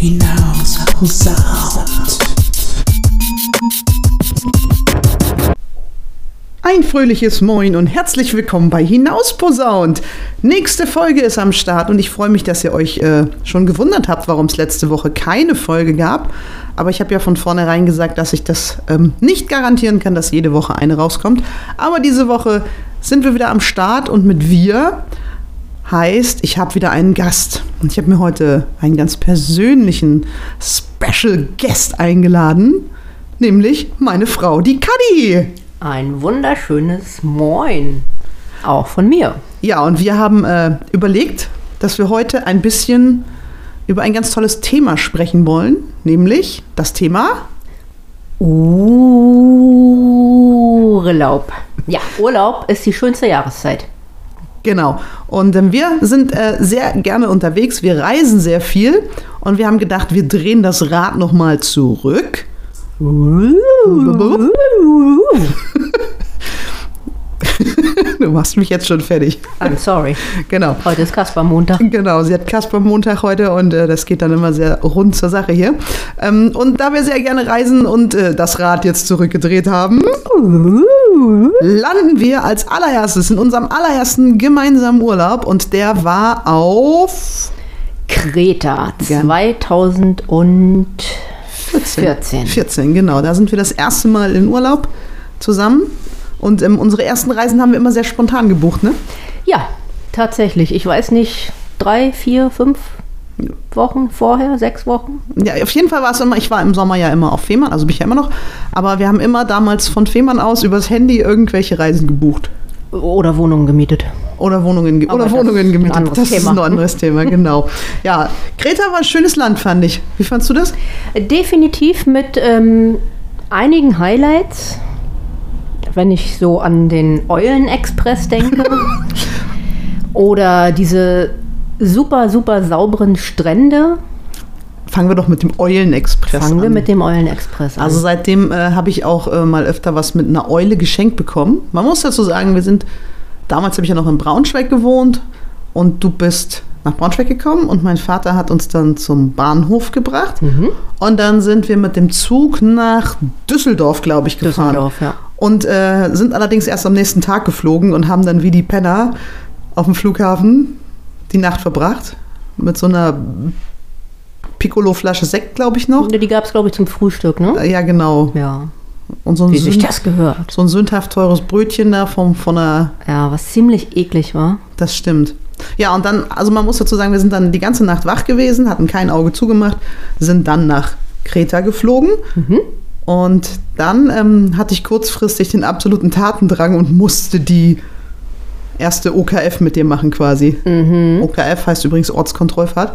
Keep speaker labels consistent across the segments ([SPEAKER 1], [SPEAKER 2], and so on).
[SPEAKER 1] hinaus samt.
[SPEAKER 2] Ein fröhliches Moin und herzlich willkommen bei Hinausposaunt. Nächste Folge ist am Start und ich freue mich, dass ihr euch äh, schon gewundert habt, warum es letzte Woche keine Folge gab. Aber ich habe ja von vornherein gesagt, dass ich das ähm, nicht garantieren kann, dass jede Woche eine rauskommt. Aber diese Woche sind wir wieder am Start und mit wir heißt, ich habe wieder einen Gast. Und ich habe mir heute einen ganz persönlichen Special Guest eingeladen, nämlich meine Frau, die Kadi.
[SPEAKER 3] Ein wunderschönes Moin. Auch von mir.
[SPEAKER 2] Ja, und wir haben äh, überlegt, dass wir heute ein bisschen über ein ganz tolles Thema sprechen wollen, nämlich das Thema
[SPEAKER 3] Urlaub. Ja, Urlaub ist die schönste Jahreszeit.
[SPEAKER 2] Genau. Und ähm, wir sind äh, sehr gerne unterwegs, wir reisen sehr viel und wir haben gedacht, wir drehen das Rad nochmal zurück. Du machst mich jetzt schon fertig.
[SPEAKER 3] I'm sorry.
[SPEAKER 2] Genau.
[SPEAKER 3] Heute ist Kaspar Montag.
[SPEAKER 2] Genau, sie hat Kasper Montag heute und äh, das geht dann immer sehr rund zur Sache hier. Ähm, und da wir sehr gerne reisen und äh, das Rad jetzt zurückgedreht haben, landen wir als allererstes in unserem allerersten gemeinsamen Urlaub und der war auf
[SPEAKER 3] Kreta
[SPEAKER 2] Gerne.
[SPEAKER 3] 2014.
[SPEAKER 2] 14, genau. Da sind wir das erste Mal in Urlaub zusammen. Und ähm, unsere ersten Reisen haben wir immer sehr spontan gebucht, ne?
[SPEAKER 3] Ja, tatsächlich. Ich weiß nicht, drei, vier, fünf Wochen vorher, sechs Wochen.
[SPEAKER 2] Ja, auf jeden Fall war es immer, ich war im Sommer ja immer auf Fehmarn, also bin ich ja immer noch, aber wir haben immer damals von Fehmarn aus übers Handy irgendwelche Reisen gebucht.
[SPEAKER 3] Oder Wohnungen gemietet.
[SPEAKER 2] Oder Wohnungen, ge-
[SPEAKER 3] Aber
[SPEAKER 2] oder
[SPEAKER 3] Oh das
[SPEAKER 2] Wohnungen
[SPEAKER 3] ist ein
[SPEAKER 2] gemietet.
[SPEAKER 3] anderes
[SPEAKER 2] das ist
[SPEAKER 3] Thema.
[SPEAKER 2] ein anderes Thema, genau. Ja, Kreta war ein schönes Land, fand ich. Wie fandst du das?
[SPEAKER 3] Definitiv mit ähm, einigen Highlights. Wenn ich so an den Eulenexpress denke. Oder diese super, super sauberen Strände.
[SPEAKER 2] Fangen wir doch mit dem Eulenexpress
[SPEAKER 3] Fangen
[SPEAKER 2] an.
[SPEAKER 3] wir mit dem Eulenexpress an.
[SPEAKER 2] also seitdem äh, habe ich auch äh, mal öfter was mit einer Eule geschenkt bekommen. Man muss dazu sagen, wir sind, damals habe ich ja noch in Braunschweig gewohnt und du bist nach Braunschweig gekommen und mein Vater hat uns dann zum Bahnhof gebracht und dann sind wir mit dem Zug nach Düsseldorf, glaube ich, gefahren.
[SPEAKER 3] Düsseldorf, ja.
[SPEAKER 2] Und äh, sind allerdings erst am nächsten Tag geflogen und haben dann wie die Penner auf dem Flughafen die Nacht verbracht. Mit so einer Piccolo-Flasche Sekt, glaube ich, noch.
[SPEAKER 3] die gab es, glaube ich, zum Frühstück, ne?
[SPEAKER 2] Ja, Mhm. genau.
[SPEAKER 3] Ja.
[SPEAKER 2] Und so ein,
[SPEAKER 3] Wie sich
[SPEAKER 2] sünd-
[SPEAKER 3] das gehört.
[SPEAKER 2] so ein sündhaft teures Brötchen da vom, von der.
[SPEAKER 3] Ja, was ziemlich eklig war.
[SPEAKER 2] Das stimmt. Ja, und dann, also man muss dazu sagen, wir sind dann die ganze Nacht wach gewesen, hatten kein Auge zugemacht, sind dann nach Kreta geflogen.
[SPEAKER 3] Mhm.
[SPEAKER 2] Und dann ähm, hatte ich kurzfristig den absoluten Tatendrang und musste die erste OKF mit dir machen quasi.
[SPEAKER 3] Mhm.
[SPEAKER 2] OKF heißt übrigens Ortskontrollfahrt.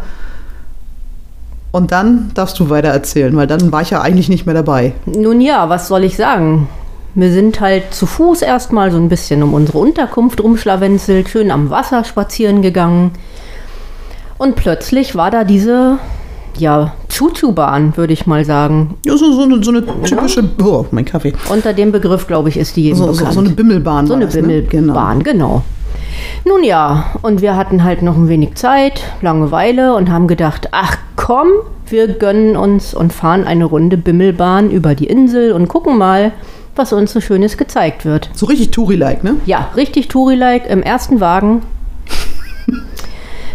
[SPEAKER 2] Und dann darfst du weiter erzählen, weil dann war ich ja eigentlich nicht mehr dabei.
[SPEAKER 3] Nun ja, was soll ich sagen? Wir sind halt zu Fuß erstmal so ein bisschen um unsere Unterkunft rumschlawenzelt, schön am Wasser spazieren gegangen. Und plötzlich war da diese, ja, Chuchu-Bahn, würde ich mal sagen.
[SPEAKER 2] Ja, so, so, eine, so eine typische. Oh, mein Kaffee.
[SPEAKER 3] Unter dem Begriff, glaube ich, ist die jedem
[SPEAKER 2] So, so,
[SPEAKER 3] bekannt.
[SPEAKER 2] so eine Bimmelbahn.
[SPEAKER 3] So
[SPEAKER 2] war
[SPEAKER 3] eine
[SPEAKER 2] das, ne?
[SPEAKER 3] Bimmelbahn, genau. Nun ja, und wir hatten halt noch ein wenig Zeit, Langeweile und haben gedacht, ach komm, wir gönnen uns und fahren eine Runde Bimmelbahn über die Insel und gucken mal, was uns so Schönes gezeigt wird.
[SPEAKER 2] Genau. So richtig Touri-like, ne?
[SPEAKER 3] Ja, richtig Touri-like im ersten Wagen.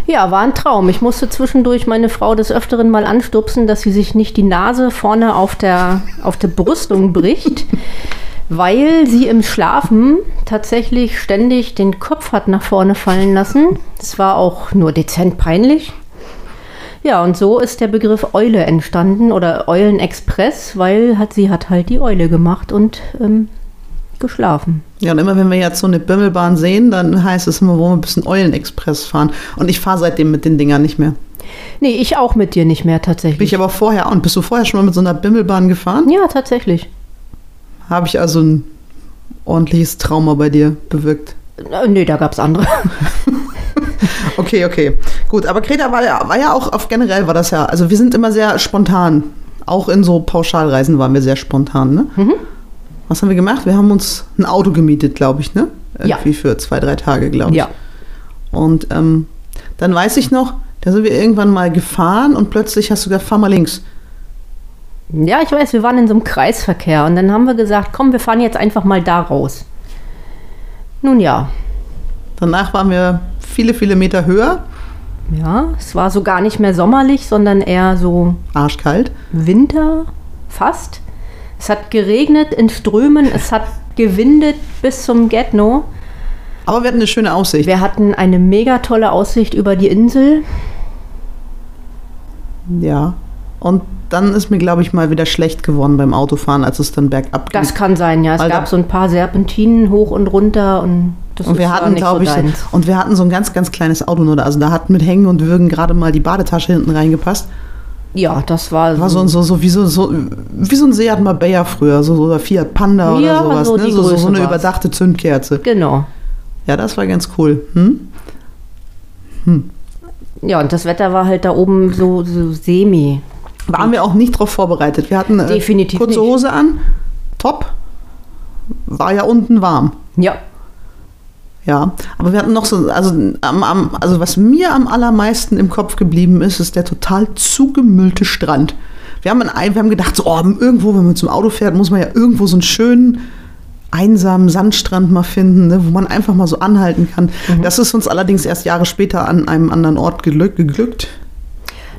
[SPEAKER 3] Ja, war ein Traum. Ich musste zwischendurch meine Frau des Öfteren mal anstupsen, dass sie sich nicht die Nase vorne auf der, auf der Brüstung bricht, weil sie im Schlafen tatsächlich ständig den Kopf hat nach vorne fallen lassen. Es war auch nur dezent peinlich. Ja, und so ist der Begriff Eule entstanden oder Eulenexpress, weil hat, sie hat halt die Eule gemacht und ähm, geschlafen.
[SPEAKER 2] Ja, und immer wenn wir jetzt so eine Bimmelbahn sehen, dann heißt es immer, wollen wir ein bisschen Eulenexpress fahren. Und ich fahre seitdem mit den Dingern nicht mehr.
[SPEAKER 3] Nee, ich auch mit dir nicht mehr
[SPEAKER 2] Bin
[SPEAKER 3] tatsächlich.
[SPEAKER 2] ich aber vorher auch. Und bist du vorher schon mal mit so einer Bimmelbahn gefahren?
[SPEAKER 3] ja, tatsächlich.
[SPEAKER 2] Habe ich also ein ordentliches Trauma bei dir bewirkt.
[SPEAKER 3] Äh, Nee, da gab's andere.
[SPEAKER 2] Okay, okay. Gut, aber Kreta war ja, war ja auch auf generell war das ja. Also wir sind immer sehr spontan. Auch in so Pauschalreisen waren wir sehr spontan, ne?
[SPEAKER 3] Mhm.
[SPEAKER 2] Was haben wir gemacht? Wir haben uns ein Auto gemietet, glaube ich, ne?
[SPEAKER 3] Ja.
[SPEAKER 2] Irgendwie für zwei, drei Tage, glaube ich.
[SPEAKER 3] ja.
[SPEAKER 2] Und ähm, dann weiß ich noch, Da sind wir irgendwann mal gefahren und plötzlich hast du gesagt, fahr mal links.
[SPEAKER 3] Ja, ich weiß, wir waren in so einem Kreisverkehr und dann haben wir gesagt, komm, wir fahren jetzt einfach mal da raus. Nun ja,
[SPEAKER 2] Danach waren wir viele, viele Meter höher,
[SPEAKER 3] ja, es war so gar nicht mehr sommerlich, sondern eher so
[SPEAKER 2] arschkalt.
[SPEAKER 3] Winter fast. Es hat geregnet in Strömen, es hat gewindet bis zum Getno.
[SPEAKER 2] Aber wir hatten eine schöne Aussicht.
[SPEAKER 3] Wir hatten eine mega tolle Aussicht über die Insel.
[SPEAKER 2] Ja. Und dann ist mir, glaube ich, mal wieder schlecht geworden beim Autofahren, als es dann bergab ging.
[SPEAKER 3] Das kann sein, ja. Es
[SPEAKER 2] Alter.
[SPEAKER 3] gab so ein paar Serpentinen hoch und runter und das
[SPEAKER 2] und wir
[SPEAKER 3] ist
[SPEAKER 2] hatten,
[SPEAKER 3] nicht
[SPEAKER 2] glaube ich,
[SPEAKER 3] so
[SPEAKER 2] so
[SPEAKER 3] deins.
[SPEAKER 2] und wir hatten so ein ganz, ganz kleines Auto nur da. Also da hat mit Hängen und Würgen gerade mal die Badetasche hinten reingepasst.
[SPEAKER 3] Ja, das war,
[SPEAKER 2] War so, ein- so, so, wie, so, so wie so ein Seat Marbella früher, so, so oder Fiat Panda
[SPEAKER 3] Ja,
[SPEAKER 2] oder sowas.
[SPEAKER 3] so
[SPEAKER 2] ne?
[SPEAKER 3] die
[SPEAKER 2] so, so,
[SPEAKER 3] Größe
[SPEAKER 2] so eine
[SPEAKER 3] war's.
[SPEAKER 2] überdachte Zündkerze.
[SPEAKER 3] Genau.
[SPEAKER 2] Ja, das war ganz cool. Hm?
[SPEAKER 3] Ja, und das Wetter war halt da oben so, so semi.
[SPEAKER 2] Waren wir auch nicht darauf vorbereitet. Wir hatten äh,
[SPEAKER 3] Definitiv
[SPEAKER 2] kurze
[SPEAKER 3] nicht.
[SPEAKER 2] Hose an, top, war ja unten warm.
[SPEAKER 3] Ja,
[SPEAKER 2] Ja, aber wir hatten noch so, also, am, am, also was mir am allermeisten im Kopf geblieben ist, ist der total zugemüllte Strand. Wir haben, in ein, wir haben gedacht, so, oh, irgendwo, wenn man zum Auto fährt, muss man ja irgendwo so einen schönen, einsamen Sandstrand mal finden, ne, wo man einfach mal so anhalten kann.
[SPEAKER 3] Mhm.
[SPEAKER 2] Das ist uns allerdings erst Jahre später an einem anderen Ort gelück, geglückt,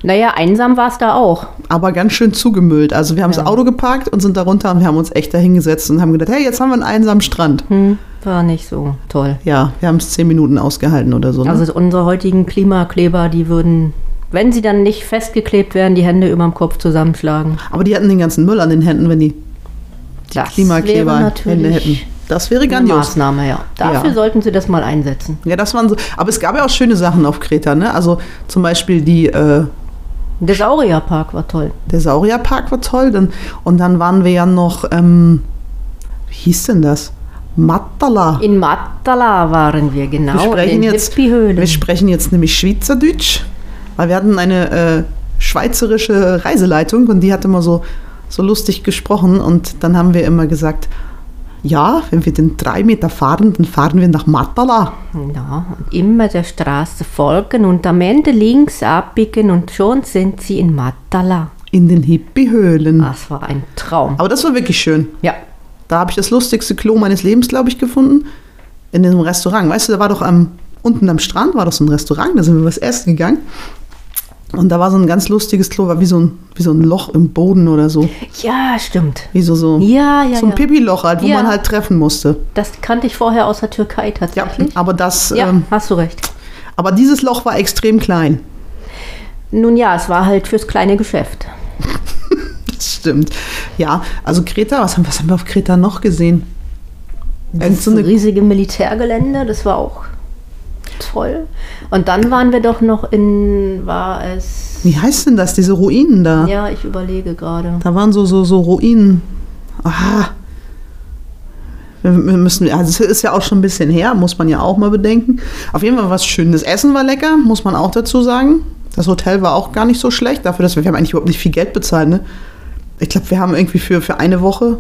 [SPEAKER 3] naja, einsam war es da auch.
[SPEAKER 2] aber ganz schön zugemüllt. Also wir haben
[SPEAKER 3] Ja.
[SPEAKER 2] das Auto geparkt und sind da runter und wir haben uns echt da hingesetzt und haben gedacht, hey, jetzt haben wir einen einsamen Strand.
[SPEAKER 3] Hm, war nicht so toll.
[SPEAKER 2] Ja, wir haben es zehn Minuten ausgehalten oder so. Ne?
[SPEAKER 3] Also unsere heutigen Klimakleber, die würden, wenn sie dann nicht festgeklebt wären, die Hände überm Kopf zusammenschlagen.
[SPEAKER 2] Aber die hatten den ganzen Müll an den Händen, wenn die
[SPEAKER 3] Das
[SPEAKER 2] Klimakleber
[SPEAKER 3] wäre
[SPEAKER 2] Hände hätten.
[SPEAKER 3] natürlich
[SPEAKER 2] Das wäre
[SPEAKER 3] eine
[SPEAKER 2] grandios.
[SPEAKER 3] Maßnahme, ja. Dafür
[SPEAKER 2] Ja.
[SPEAKER 3] sollten sie das mal einsetzen.
[SPEAKER 2] Ja, das waren so. Aber es gab ja auch schöne Sachen auf Kreta, ne? Also zum Beispiel die, äh,
[SPEAKER 3] Der Saurierpark war toll.
[SPEAKER 2] der Saurierpark war toll. Dann, und dann waren wir ja noch, ähm, wie hieß denn das? Mattala.
[SPEAKER 3] In Matala waren wir, genau.
[SPEAKER 2] Wir sprechen,
[SPEAKER 3] in den
[SPEAKER 2] jetzt,
[SPEAKER 3] Hippie-Höhlen.
[SPEAKER 2] wir sprechen jetzt nämlich Schweizerdeutsch, weil wir hatten eine äh, schweizerische Reiseleitung und die hat immer so, so lustig gesprochen und dann haben wir immer gesagt, ja, wenn wir den drei Meter fahren, dann fahren wir nach Matala.
[SPEAKER 3] Ja, und immer der Straße folgen und am Ende links abbiegen und schon sind sie in Matala.
[SPEAKER 2] In den Hippie-Höhlen.
[SPEAKER 3] Das war ein Traum.
[SPEAKER 2] Aber das war wirklich schön.
[SPEAKER 3] Ja,
[SPEAKER 2] Da habe ich das lustigste Klo meines Lebens, glaube ich, gefunden. In einem Restaurant. Weißt du, da war doch am, unten am Strand war doch so ein Restaurant, da sind wir was essen gegangen. Und da war so ein ganz lustiges Klo, war wie so ein, wie so ein Loch im Boden oder so.
[SPEAKER 3] ja, stimmt.
[SPEAKER 2] Wie so, so,
[SPEAKER 3] Ja, ja,
[SPEAKER 2] so ein
[SPEAKER 3] ja.
[SPEAKER 2] Pipi-Loch halt, wo
[SPEAKER 3] Ja.
[SPEAKER 2] man halt treffen musste.
[SPEAKER 3] Das kannte ich vorher aus der Türkei
[SPEAKER 2] Ja,
[SPEAKER 3] tatsächlich.
[SPEAKER 2] aber das,
[SPEAKER 3] Ja,
[SPEAKER 2] Ähm,
[SPEAKER 3] hast du recht.
[SPEAKER 2] aber dieses Loch war extrem klein.
[SPEAKER 3] Nun ja, es war halt fürs kleine Geschäft.
[SPEAKER 2] Das stimmt. Ja, also Kreta, was haben, was haben wir auf Kreta noch gesehen? Irgend
[SPEAKER 3] Das
[SPEAKER 2] so eine
[SPEAKER 3] riesige Militärgelände, das war auch toll. Und dann waren wir doch noch in, war es,
[SPEAKER 2] wie heißt denn das, diese Ruinen da?
[SPEAKER 3] ja, ich überlege gerade.
[SPEAKER 2] Da waren so, so, so Ruinen. Aha. Wir, wir müssen, also es ist ja auch schon ein bisschen her, muss man ja auch mal bedenken. Auf jeden Fall was Schönes. Essen war lecker, muss man auch dazu sagen. Das Hotel war auch gar nicht so schlecht, dafür, dass wir, wir haben eigentlich überhaupt nicht viel Geld bezahlt. Ne? Ich glaube, wir haben irgendwie für, für eine Woche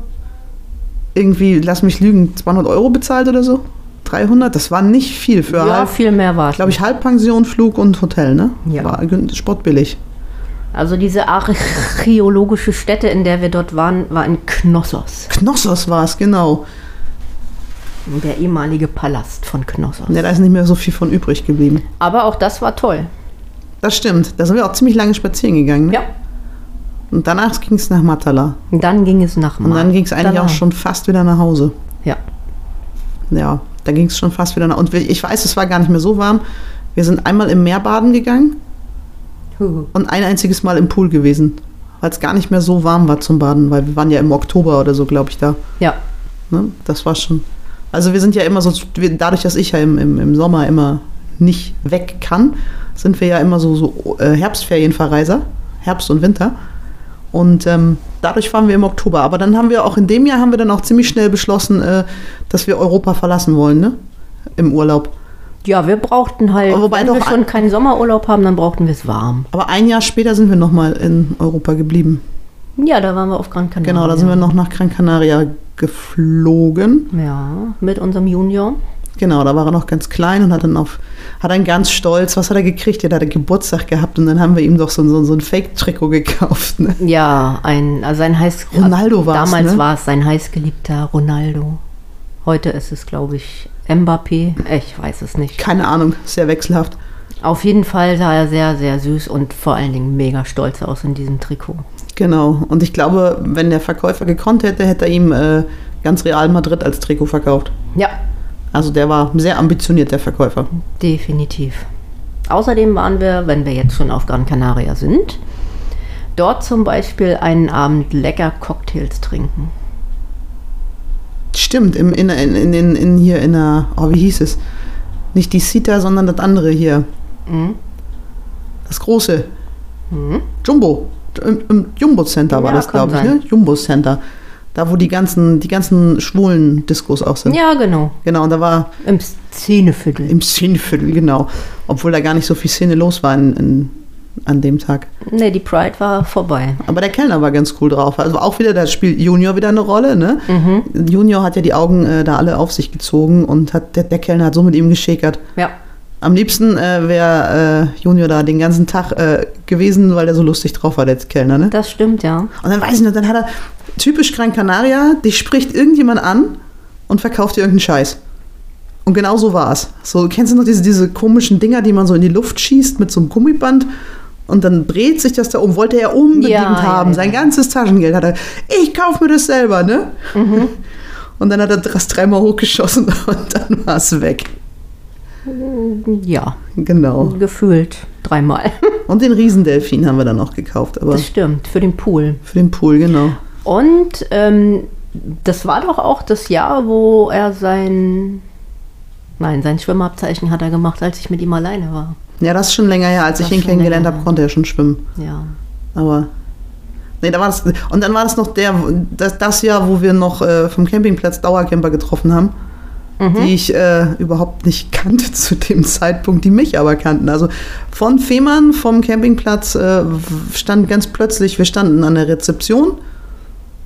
[SPEAKER 2] irgendwie, lass mich lügen, 200 Euro bezahlt oder so. 300, das war nicht viel für
[SPEAKER 3] Ja,
[SPEAKER 2] halb,
[SPEAKER 3] viel mehr war es.
[SPEAKER 2] glaube ich, Halbpension, Flug und Hotel, ne?
[SPEAKER 3] Ja.
[SPEAKER 2] War gün- sportbillig.
[SPEAKER 3] Also diese archäologische Stätte, in der wir dort waren, war in Knossos.
[SPEAKER 2] Knossos war es, genau.
[SPEAKER 3] Der ehemalige Palast von Knossos.
[SPEAKER 2] Ja, da ist nicht mehr so viel von übrig geblieben.
[SPEAKER 3] Aber auch das war toll.
[SPEAKER 2] Das stimmt. Da sind wir auch ziemlich lange spazieren gegangen. Ne?
[SPEAKER 3] Ja.
[SPEAKER 2] Und danach ging es nach Matala.
[SPEAKER 3] Und dann ging es nach
[SPEAKER 2] Und dann ging es eigentlich auch schon fast wieder nach Hause.
[SPEAKER 3] Ja.
[SPEAKER 2] Ja, da ging es schon fast wieder nach Und wir- ich weiß, es war gar nicht mehr so warm. Wir sind einmal im Meer baden gegangen und ein einziges Mal im Pool gewesen. Weil es gar nicht mehr so warm war zum Baden, weil wir waren ja im Oktober oder so, glaube ich, da.
[SPEAKER 3] Ja.
[SPEAKER 2] Ne? Das war schon. Also wir sind ja immer so, wir- dadurch, dass ich ja im, im, im Sommer immer nicht weg kann, sind wir ja immer so, so äh, Herbstferienverreiser, Herbst und Winter. Und ähm, dadurch waren wir im Oktober. Aber dann haben wir auch in dem Jahr haben wir dann auch ziemlich schnell beschlossen, äh, dass wir Europa verlassen wollen, ne? Im Urlaub.
[SPEAKER 3] Ja, wir brauchten halt,
[SPEAKER 2] Aber wobei
[SPEAKER 3] wenn wir
[SPEAKER 2] doch-
[SPEAKER 3] schon keinen Sommerurlaub haben, dann brauchten wir es warm.
[SPEAKER 2] Aber ein Jahr später sind wir nochmal in Europa geblieben.
[SPEAKER 3] Ja, da waren wir auf Gran Canaria.
[SPEAKER 2] Genau, da sind wir noch nach Gran Canaria geflogen.
[SPEAKER 3] Ja, mit unserem Junior.
[SPEAKER 2] Genau, da war er noch ganz klein und hat dann auf, hat dann ganz stolz, was hat er gekriegt? Ja, da hat er Geburtstag gehabt und dann haben wir ihm doch so, ein- so, ein- so ein Fake-Trikot gekauft. Ne?
[SPEAKER 3] Ja, ein, also ein heiß.
[SPEAKER 2] Ronaldo war's,
[SPEAKER 3] Damals
[SPEAKER 2] ne?
[SPEAKER 3] war es sein heißgeliebter Ronaldo. Heute ist es, glaube ich, Mbappé. Äh, Ich weiß es nicht.
[SPEAKER 2] Keine Ahnung, sehr wechselhaft.
[SPEAKER 3] Auf jeden Fall sah er sehr, sehr süß und vor allen Dingen mega stolz aus in diesem Trikot.
[SPEAKER 2] Genau. Und ich glaube, wenn der Verkäufer gekonnt hätte, hätte er ihm äh, ganz Real Madrid als Trikot verkauft.
[SPEAKER 3] Ja,
[SPEAKER 2] Also der war sehr ambitioniert, der Verkäufer.
[SPEAKER 3] definitiv. Außerdem waren wir, wenn wir jetzt schon auf Gran Canaria sind, dort zum Beispiel einen Abend lecker Cocktails trinken.
[SPEAKER 2] Stimmt, im, in, in, in, in, in hier in der, oh, wie hieß es? Nicht die Sita, sondern das andere hier.
[SPEAKER 3] Mhm.
[SPEAKER 2] Das große. Jumbo. Im, im Jumbo Center war
[SPEAKER 3] Ja,
[SPEAKER 2] das,
[SPEAKER 3] kann
[SPEAKER 2] glaube ich,
[SPEAKER 3] sein.
[SPEAKER 2] ne? Jumbo Center. Da, wo die ganzen, die ganzen schwulen Diskos auch sind.
[SPEAKER 3] Ja, genau.
[SPEAKER 2] Genau, und da war
[SPEAKER 3] Im Szeneviertel.
[SPEAKER 2] im Szeneviertel, genau. Obwohl da gar nicht so viel Szene los war in, in, an dem Tag.
[SPEAKER 3] Ne, die Pride war vorbei.
[SPEAKER 2] Aber der Kellner war ganz cool drauf. Also auch wieder, da spielt Junior wieder eine Rolle. Ne? Junior hat ja die Augen äh, da alle auf sich gezogen und hat, der, der Kellner hat so mit ihm geschäkert.
[SPEAKER 3] Ja.
[SPEAKER 2] Am liebsten äh, wäre äh, Junior da den ganzen Tag äh, gewesen, weil der so lustig drauf war, der Kellner. Ne?
[SPEAKER 3] Das stimmt, ja.
[SPEAKER 2] Und dann weiß ich noch, dann hat er typisch Gran Canaria, dich spricht irgendjemand an und verkauft dir irgendeinen Scheiß. Und genau so war es. So, kennst du noch diese, diese komischen Dinger, die man so in die Luft schießt mit so einem Gummiband? Und dann dreht sich das da um. Wollte er unbedingt
[SPEAKER 3] Ja, ja,
[SPEAKER 2] haben.
[SPEAKER 3] ja.
[SPEAKER 2] Sein ganzes Taschengeld hat er. Ich kaufe mir das selber, ne?
[SPEAKER 3] Mhm.
[SPEAKER 2] Und dann hat er das dreimal hochgeschossen und dann war es weg.
[SPEAKER 3] Ja,
[SPEAKER 2] Genau.
[SPEAKER 3] gefühlt dreimal.
[SPEAKER 2] Und den Riesendelfin haben wir dann noch gekauft, aber
[SPEAKER 3] Das stimmt, für den Pool.
[SPEAKER 2] für den Pool, genau.
[SPEAKER 3] Und ähm, das war doch auch das Jahr, wo er sein. Nein, sein Schwimmabzeichen hat er gemacht, als ich mit ihm alleine war.
[SPEAKER 2] Ja, das ist schon länger her. Als
[SPEAKER 3] Das
[SPEAKER 2] ich ihn
[SPEAKER 3] ist schon länger
[SPEAKER 2] kennengelernt habe,
[SPEAKER 3] her.
[SPEAKER 2] konnte er schon schwimmen.
[SPEAKER 3] Ja.
[SPEAKER 2] Aber. Nee, da war das. Und dann war das noch der, das, das Jahr, wo wir noch äh, vom Campingplatz Dauercamper getroffen haben, die ich äh, überhaupt nicht kannte zu dem Zeitpunkt, die mich aber kannten. Also von Fehmarn, vom Campingplatz, äh, w- stand ganz plötzlich, wir standen an der Rezeption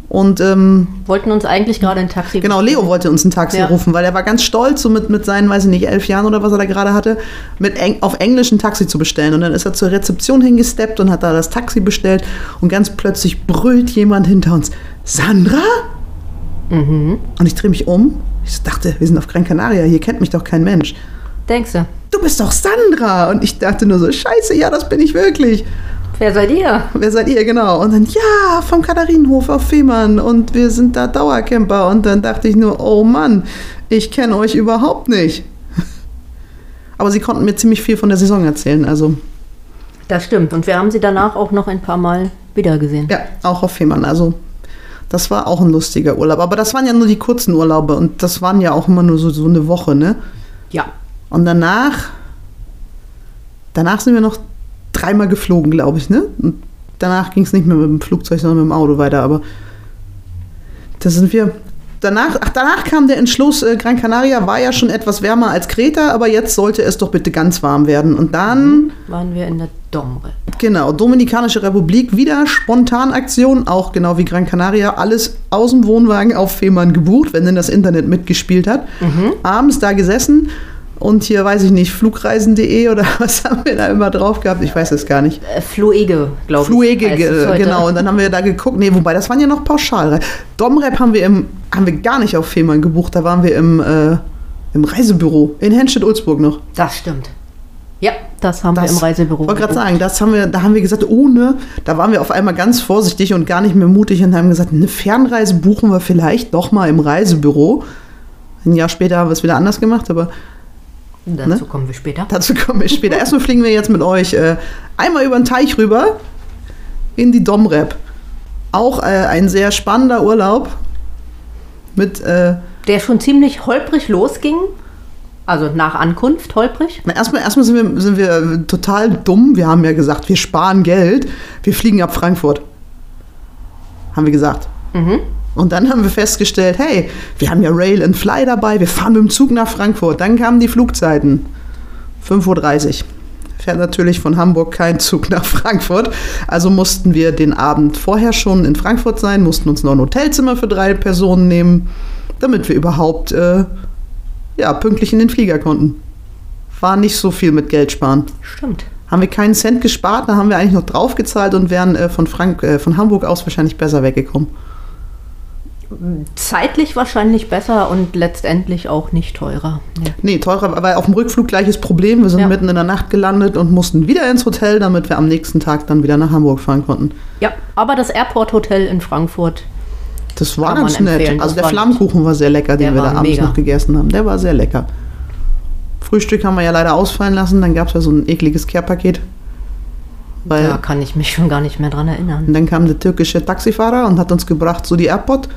[SPEAKER 2] und ähm,
[SPEAKER 3] Wollten uns eigentlich gerade ein Taxi.
[SPEAKER 2] Genau, Leo wollte uns ein Taxi
[SPEAKER 3] Mhm. Ja.
[SPEAKER 2] rufen, weil er war ganz stolz, so mit, mit seinen, weiß ich nicht, elf Jahren oder was er da gerade hatte, mit Eng auf Englisch ein Taxi zu bestellen. Und dann ist er zur Rezeption hingesteppt und hat da das Taxi bestellt. Und ganz plötzlich brüllt jemand hinter uns: Sandra? Und ich drehe mich um. Ich dachte, wir sind auf Gran Canaria, hier kennt mich doch kein Mensch.
[SPEAKER 3] Denkst du,
[SPEAKER 2] Du bist doch Sandra! Und ich dachte nur so: Scheiße, ja, das bin ich wirklich.
[SPEAKER 3] wer seid ihr?
[SPEAKER 2] Wer seid ihr, genau? Und dann, ja, vom Katharinenhof auf Fehmarn und wir sind da Dauercamper. Und dann dachte ich nur, oh Mann, ich kenne euch überhaupt nicht. Aber sie konnten mir ziemlich viel von der Saison erzählen. Also,
[SPEAKER 3] Das stimmt. Und wir haben sie danach auch noch ein paar Mal wiedergesehen.
[SPEAKER 2] ja, auch auf Fehmarn. Also, das war auch ein lustiger Urlaub. Aber das waren ja nur die kurzen Urlaube und das waren ja auch immer nur so, so eine Woche, ne?
[SPEAKER 3] Ja.
[SPEAKER 2] Und danach, danach sind wir noch dreimal geflogen, glaube ich, ne? Und danach ging es nicht mehr mit dem Flugzeug, sondern mit dem Auto weiter, aber da sind wir. Danach, ach, danach kam der Entschluss, äh, Gran Canaria war ja schon etwas wärmer als Kreta, aber jetzt sollte es doch bitte ganz warm werden. Und dann,
[SPEAKER 3] Waren wir in der Domre.
[SPEAKER 2] genau, Dominikanische Republik, wieder Spontanaktion, auch genau wie Gran Canaria, alles aus dem Wohnwagen auf Fehmarn gebucht, wenn denn das Internet mitgespielt hat.
[SPEAKER 3] Mhm.
[SPEAKER 2] Abends da gesessen und hier, weiß ich nicht, flugreisen.de oder was haben wir da immer drauf gehabt? Ich weiß es gar nicht.
[SPEAKER 3] Äh, Fluege, glaube ich.
[SPEAKER 2] Fluege,
[SPEAKER 3] heißt es
[SPEAKER 2] ge-
[SPEAKER 3] heute.
[SPEAKER 2] genau. Und dann haben wir da geguckt. Nee, wobei, das waren ja noch pauschal. Domrep haben wir im, haben wir gar nicht auf Fehmarn gebucht. Da waren wir im, äh, im Reisebüro in Henstedt-Ulzburg noch.
[SPEAKER 3] Das stimmt. Ja, das haben
[SPEAKER 2] Das-
[SPEAKER 3] wir im Reisebüro.
[SPEAKER 2] Wollte gerade
[SPEAKER 3] gebucht.
[SPEAKER 2] sagen, das haben wir, da haben wir gesagt, ohne, da waren wir auf einmal ganz vorsichtig und gar nicht mehr mutig und haben gesagt, eine Fernreise buchen wir vielleicht doch mal im Reisebüro. Ein Jahr später haben wir es wieder anders gemacht, aber ne?
[SPEAKER 3] Dazu kommen wir später.
[SPEAKER 2] dazu kommen wir später. Erstmal fliegen wir jetzt mit euch äh, einmal über den Teich rüber in die Domrep. Auch äh, ein sehr spannender Urlaub mit, äh,
[SPEAKER 3] Der schon ziemlich holprig losging. Also nach Ankunft holprig.
[SPEAKER 2] Na, erstmal, erstmal sind, wir, sind wir total dumm. Wir haben ja gesagt, wir sparen Geld, wir fliegen ab Frankfurt. Haben wir gesagt. Und dann haben wir festgestellt, hey, wir haben ja Rail and Fly dabei, wir fahren mit dem Zug nach Frankfurt. Dann kamen die Flugzeiten. 5.30 Uhr. Fährt natürlich von Hamburg kein Zug nach Frankfurt. Also mussten wir den Abend vorher schon in Frankfurt sein, mussten uns noch ein Hotelzimmer für drei Personen nehmen, damit wir überhaupt äh, ja, pünktlich in den Flieger konnten. War nicht so viel mit Geld sparen.
[SPEAKER 3] Stimmt.
[SPEAKER 2] Haben wir keinen Cent gespart, da haben wir eigentlich noch draufgezahlt und wären äh, von, Frank, äh, von Hamburg aus wahrscheinlich besser weggekommen.
[SPEAKER 3] Zeitlich wahrscheinlich besser und letztendlich auch nicht teurer. Ja.
[SPEAKER 2] Nee, teurer, weil auf dem Rückflug gleiches Problem. Wir sind
[SPEAKER 3] Ja.
[SPEAKER 2] mitten in der Nacht gelandet und mussten wieder ins Hotel, damit wir am nächsten Tag dann wieder nach Hamburg fahren konnten.
[SPEAKER 3] ja, aber das Airport Hotel in Frankfurt,
[SPEAKER 2] Das war
[SPEAKER 3] Kann man
[SPEAKER 2] ganz nett.
[SPEAKER 3] empfehlen,
[SPEAKER 2] Also
[SPEAKER 3] das
[SPEAKER 2] der
[SPEAKER 3] war nett.
[SPEAKER 2] Flammkuchen war sehr lecker, den
[SPEAKER 3] Der
[SPEAKER 2] wir da
[SPEAKER 3] war
[SPEAKER 2] abends
[SPEAKER 3] mega.
[SPEAKER 2] noch gegessen haben. Der war sehr lecker. Frühstück haben wir ja leider ausfallen lassen. Dann gab es ja so ein ekliges Care-Paket. Weil
[SPEAKER 3] da kann ich mich schon gar nicht mehr dran erinnern.
[SPEAKER 2] und dann kam der türkische Taxifahrer und hat uns gebracht zu die Airport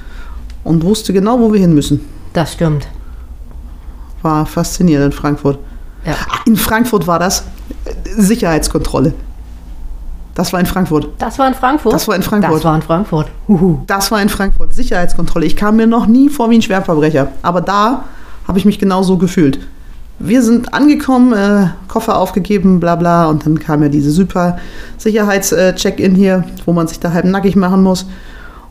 [SPEAKER 2] und wusste genau, wo wir hin müssen.
[SPEAKER 3] Das stimmt.
[SPEAKER 2] War faszinierend in Frankfurt.
[SPEAKER 3] Ja.
[SPEAKER 2] Ah, In Frankfurt war das äh, Sicherheitskontrolle. Das war in Frankfurt.
[SPEAKER 3] Das war in Frankfurt?
[SPEAKER 2] Das war in Frankfurt.
[SPEAKER 3] Das war in Frankfurt. Huhu.
[SPEAKER 2] Das war in Frankfurt, Sicherheitskontrolle. Ich kam mir noch nie vor wie ein Schwerverbrecher. Aber da habe ich mich genauso gefühlt. Wir sind angekommen, äh, Koffer aufgegeben, bla bla. Und dann kam ja diese super Sicherheits-Check-In hier, wo man sich da halb nackig machen muss.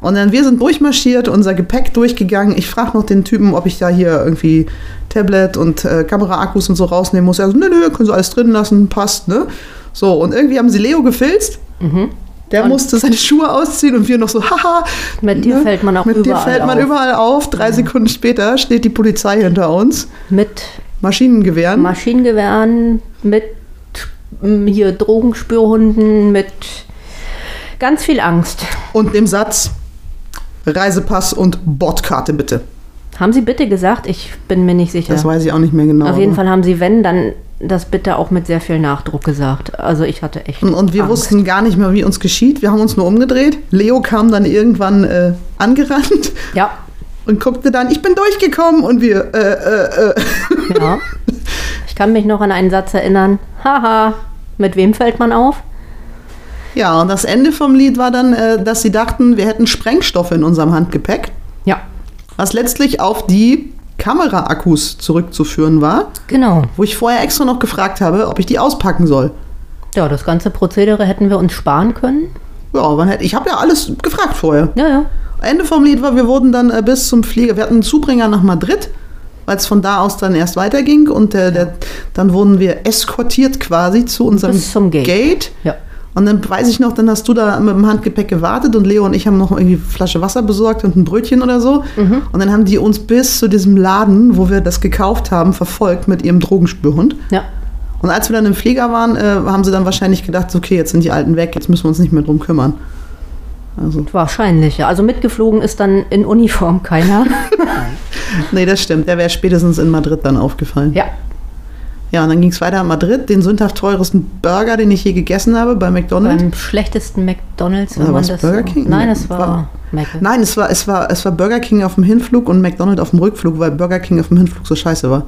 [SPEAKER 2] Und dann wir sind durchmarschiert, unser Gepäck durchgegangen. Ich frage noch den Typen, ob ich da hier irgendwie Tablet und äh, Kameraakkus und so rausnehmen muss. Er so, nö, nö, können Sie alles drin lassen, passt, ne? So, und irgendwie haben sie Leo gefilzt. Der
[SPEAKER 3] Und-
[SPEAKER 2] musste seine Schuhe ausziehen und wir noch so, haha. Ne?
[SPEAKER 3] Mit dir fällt man auch
[SPEAKER 2] Mit dir
[SPEAKER 3] überall
[SPEAKER 2] fällt man
[SPEAKER 3] auf.
[SPEAKER 2] überall auf. Drei Sekunden später steht die Polizei hinter uns.
[SPEAKER 3] Mit
[SPEAKER 2] Maschinengewehren.
[SPEAKER 3] Maschinengewehren, mit ähm, hier Drogenspürhunden, mit ganz viel Angst.
[SPEAKER 2] und dem Satz, Reisepass und Bordkarte bitte.
[SPEAKER 3] Haben Sie bitte gesagt? Ich bin mir nicht sicher.
[SPEAKER 2] Das weiß ich auch nicht mehr genau.
[SPEAKER 3] Auf jeden
[SPEAKER 2] aber-
[SPEAKER 3] Fall haben Sie, wenn, dann das bitte auch mit sehr viel Nachdruck gesagt. Also ich hatte echt
[SPEAKER 2] Und, und wir
[SPEAKER 3] Angst.
[SPEAKER 2] wussten gar nicht mehr, wie uns geschieht. Wir haben uns nur umgedreht. Leo kam dann irgendwann äh, angerannt
[SPEAKER 3] Ja,
[SPEAKER 2] und guckte dann, ich bin durchgekommen. Und wir, äh, äh, äh.
[SPEAKER 3] ja. genau. ich kann mich noch an einen Satz erinnern. Haha, mit wem fällt man auf?
[SPEAKER 2] Ja, und das Ende vom Lied war dann, äh, dass sie dachten, wir hätten Sprengstoffe in unserem Handgepäck.
[SPEAKER 3] Ja,
[SPEAKER 2] Was letztlich auf die Kameraakkus zurückzuführen war,
[SPEAKER 3] genau.
[SPEAKER 2] wo ich vorher extra noch gefragt habe, ob ich die auspacken soll.
[SPEAKER 3] Ja, das ganze Prozedere hätten wir uns sparen können.
[SPEAKER 2] Ja, man hätte, ich habe ja alles gefragt vorher.
[SPEAKER 3] Ja, ja.
[SPEAKER 2] Ende vom Lied war, wir wurden dann äh, bis zum Flieger, wir hatten einen Zubringer nach Madrid, weil es von da aus dann erst weiterging und äh, der, dann wurden wir eskortiert quasi zu unserem
[SPEAKER 3] Bis zum Gate. Ja.
[SPEAKER 2] Und dann weiß ich noch, dann hast du da mit dem Handgepäck gewartet und Leo und ich haben noch irgendwie eine Flasche Wasser besorgt und ein Brötchen oder so. Und dann haben die uns bis zu diesem Laden, wo wir das gekauft haben, verfolgt mit ihrem Drogenspürhund.
[SPEAKER 3] Ja,
[SPEAKER 2] Und als wir dann im Flieger waren, äh, haben sie dann wahrscheinlich gedacht, okay, jetzt sind die Alten weg, jetzt müssen wir uns nicht mehr drum kümmern. Also,
[SPEAKER 3] wahrscheinlich. Ja. Also mitgeflogen ist dann in Uniform keiner.
[SPEAKER 2] nee, das stimmt. Der wäre spätestens in Madrid dann aufgefallen.
[SPEAKER 3] ja.
[SPEAKER 2] Ja, und dann ging es weiter in Madrid, den sündhaft teuersten Burger, den ich je gegessen habe, bei McDonald's.
[SPEAKER 3] Beim schlechtesten McDonalds, wenn
[SPEAKER 2] Oder
[SPEAKER 3] man
[SPEAKER 2] war's
[SPEAKER 3] das.
[SPEAKER 2] Burger King?
[SPEAKER 3] Nein,
[SPEAKER 2] Nee,
[SPEAKER 3] es war
[SPEAKER 2] war-
[SPEAKER 3] Mac.
[SPEAKER 2] Nein, es war, es, war, es war Burger King auf dem Hinflug und McDonald's auf dem Rückflug, weil Burger King auf dem Hinflug so scheiße war.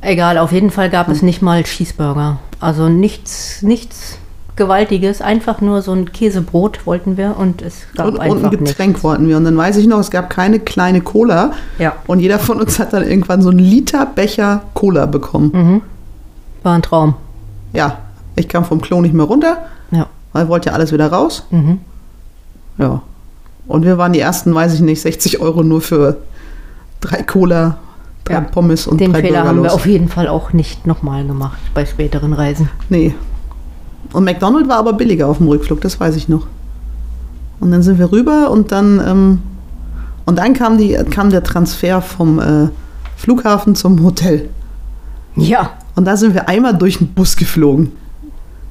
[SPEAKER 3] Egal, auf jeden Fall gab es
[SPEAKER 2] Hm.
[SPEAKER 3] nicht mal Cheeseburger. Also nichts, nichts Gewaltiges, einfach nur so ein Käsebrot wollten wir und es gab
[SPEAKER 2] Und, und
[SPEAKER 3] einfach
[SPEAKER 2] ein Getränk
[SPEAKER 3] nichts.
[SPEAKER 2] wollten wir. Und dann weiß ich noch, es gab keine kleine Cola.
[SPEAKER 3] Ja.
[SPEAKER 2] Und jeder von uns hat dann irgendwann so einen Liter Becher Cola bekommen.
[SPEAKER 3] Mhm. War ein Traum.
[SPEAKER 2] Ja, ich kam vom Klo nicht mehr runter,
[SPEAKER 3] Ja.
[SPEAKER 2] weil wollte ja alles wieder raus.
[SPEAKER 3] Mhm.
[SPEAKER 2] Ja. Und wir waren die ersten, weiß ich nicht, 60 Euro nur für drei Cola, drei
[SPEAKER 3] Ja.
[SPEAKER 2] Pommes und
[SPEAKER 3] Den
[SPEAKER 2] drei
[SPEAKER 3] Fehler
[SPEAKER 2] Burger
[SPEAKER 3] haben wir
[SPEAKER 2] los.
[SPEAKER 3] auf jeden Fall auch nicht nochmal gemacht bei späteren Reisen.
[SPEAKER 2] Nee. Und McDonald's war aber billiger auf dem Rückflug, das weiß ich noch. Und dann sind wir rüber und dann ähm, und dann kam die kam der Transfer vom äh, Flughafen zum Hotel.
[SPEAKER 3] Ja,
[SPEAKER 2] Und da sind wir einmal durch den Bus geflogen.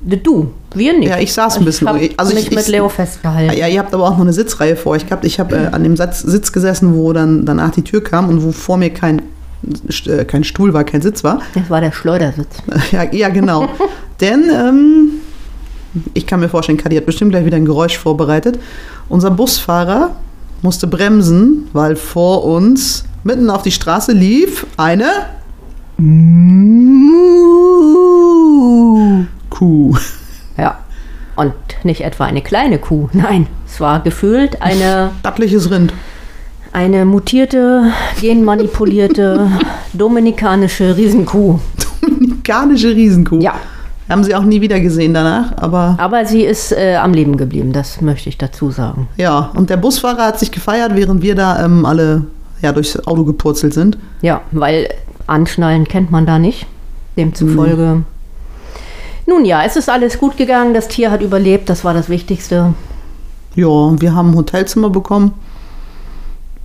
[SPEAKER 3] du, wir nicht.
[SPEAKER 2] Ja, ich saß ein bisschen
[SPEAKER 3] hab
[SPEAKER 2] ruhig. Also ich-
[SPEAKER 3] mich mit
[SPEAKER 2] ich- Ah,
[SPEAKER 3] Leo festgehalten.
[SPEAKER 2] Ja, ihr habt aber auch noch eine Sitzreihe vor euch gehabt. Ich habe äh, an dem Satz, Sitz gesessen, wo dann danach die Tür kam und wo vor mir kein, äh, kein Stuhl war, kein Sitz war.
[SPEAKER 3] Das war der Schleudersitz.
[SPEAKER 2] Ja, ja genau. Denn ähm, ich kann mir vorstellen, Kadi hat bestimmt gleich wieder ein Geräusch vorbereitet. Unser Busfahrer musste bremsen, weil vor uns mitten auf die Straße lief eine Kuh.
[SPEAKER 3] Ja. Und nicht etwa eine kleine Kuh. Nein, es war gefühlt eine,
[SPEAKER 2] Stattliches Rind.
[SPEAKER 3] eine mutierte, genmanipulierte dominikanische Riesenkuh.
[SPEAKER 2] Dominikanische Riesenkuh.
[SPEAKER 3] Ja.
[SPEAKER 2] Haben sie auch nie wieder gesehen danach, aber
[SPEAKER 3] Aber sie ist äh, am Leben geblieben, das möchte ich dazu sagen.
[SPEAKER 2] ja. Und der Busfahrer hat sich gefeiert, während wir da ähm, alle ja, durchs Auto gepurzelt sind.
[SPEAKER 3] Ja, weil anschnallen kennt man da nicht. Demzufolge. Nun ja, es ist alles gut gegangen. Das Tier hat überlebt. Das war das Wichtigste.
[SPEAKER 2] Ja, und wir haben ein Hotelzimmer bekommen.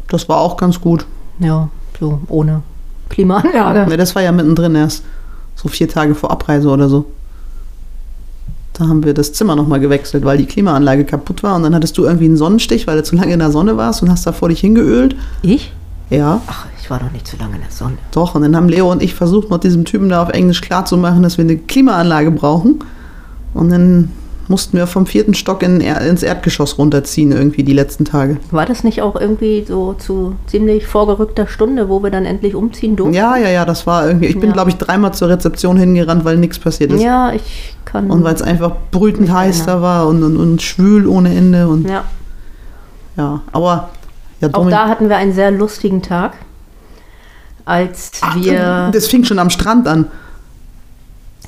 [SPEAKER 2] Das war auch ganz gut.
[SPEAKER 3] Ja, so ohne Klimaanlage.
[SPEAKER 2] Ja, das war ja mittendrin erst. So vier Tage vor Abreise oder so. Da haben wir das Zimmer nochmal gewechselt, weil die Klimaanlage kaputt war. Und dann hattest du irgendwie einen Sonnenstich, weil du zu lange in der Sonne warst und hast da vor dich hingeölt.
[SPEAKER 3] Ich?
[SPEAKER 2] Ja,
[SPEAKER 3] Ach, ich war doch nicht zu lange in der Sonne.
[SPEAKER 2] doch. Und dann haben Leo und ich versucht, noch diesem Typen da auf Englisch klarzumachen, dass wir eine Klimaanlage brauchen. Und dann mussten wir vom vierten Stock in, Er- ins Erdgeschoss runterziehen, irgendwie die letzten Tage.
[SPEAKER 3] War das nicht auch irgendwie so zu ziemlich vorgerückter Stunde, wo wir dann endlich umziehen durften?
[SPEAKER 2] Ja, ja, ja, das war irgendwie. Ich bin,
[SPEAKER 3] Ja.
[SPEAKER 2] glaube ich, dreimal zur Rezeption hingerannt, weil nichts passiert ist.
[SPEAKER 3] Ja, ich kann.
[SPEAKER 2] Und weil es einfach brütend
[SPEAKER 3] Mich
[SPEAKER 2] heiß
[SPEAKER 3] erinnern.
[SPEAKER 2] da war und, und, und schwül ohne Ende. Und ja,
[SPEAKER 3] ja.
[SPEAKER 2] aber ja,
[SPEAKER 3] Auch
[SPEAKER 2] Dominik-
[SPEAKER 3] da hatten wir einen sehr lustigen Tag, als
[SPEAKER 2] Ach,
[SPEAKER 3] wir
[SPEAKER 2] Das fing schon am Strand an,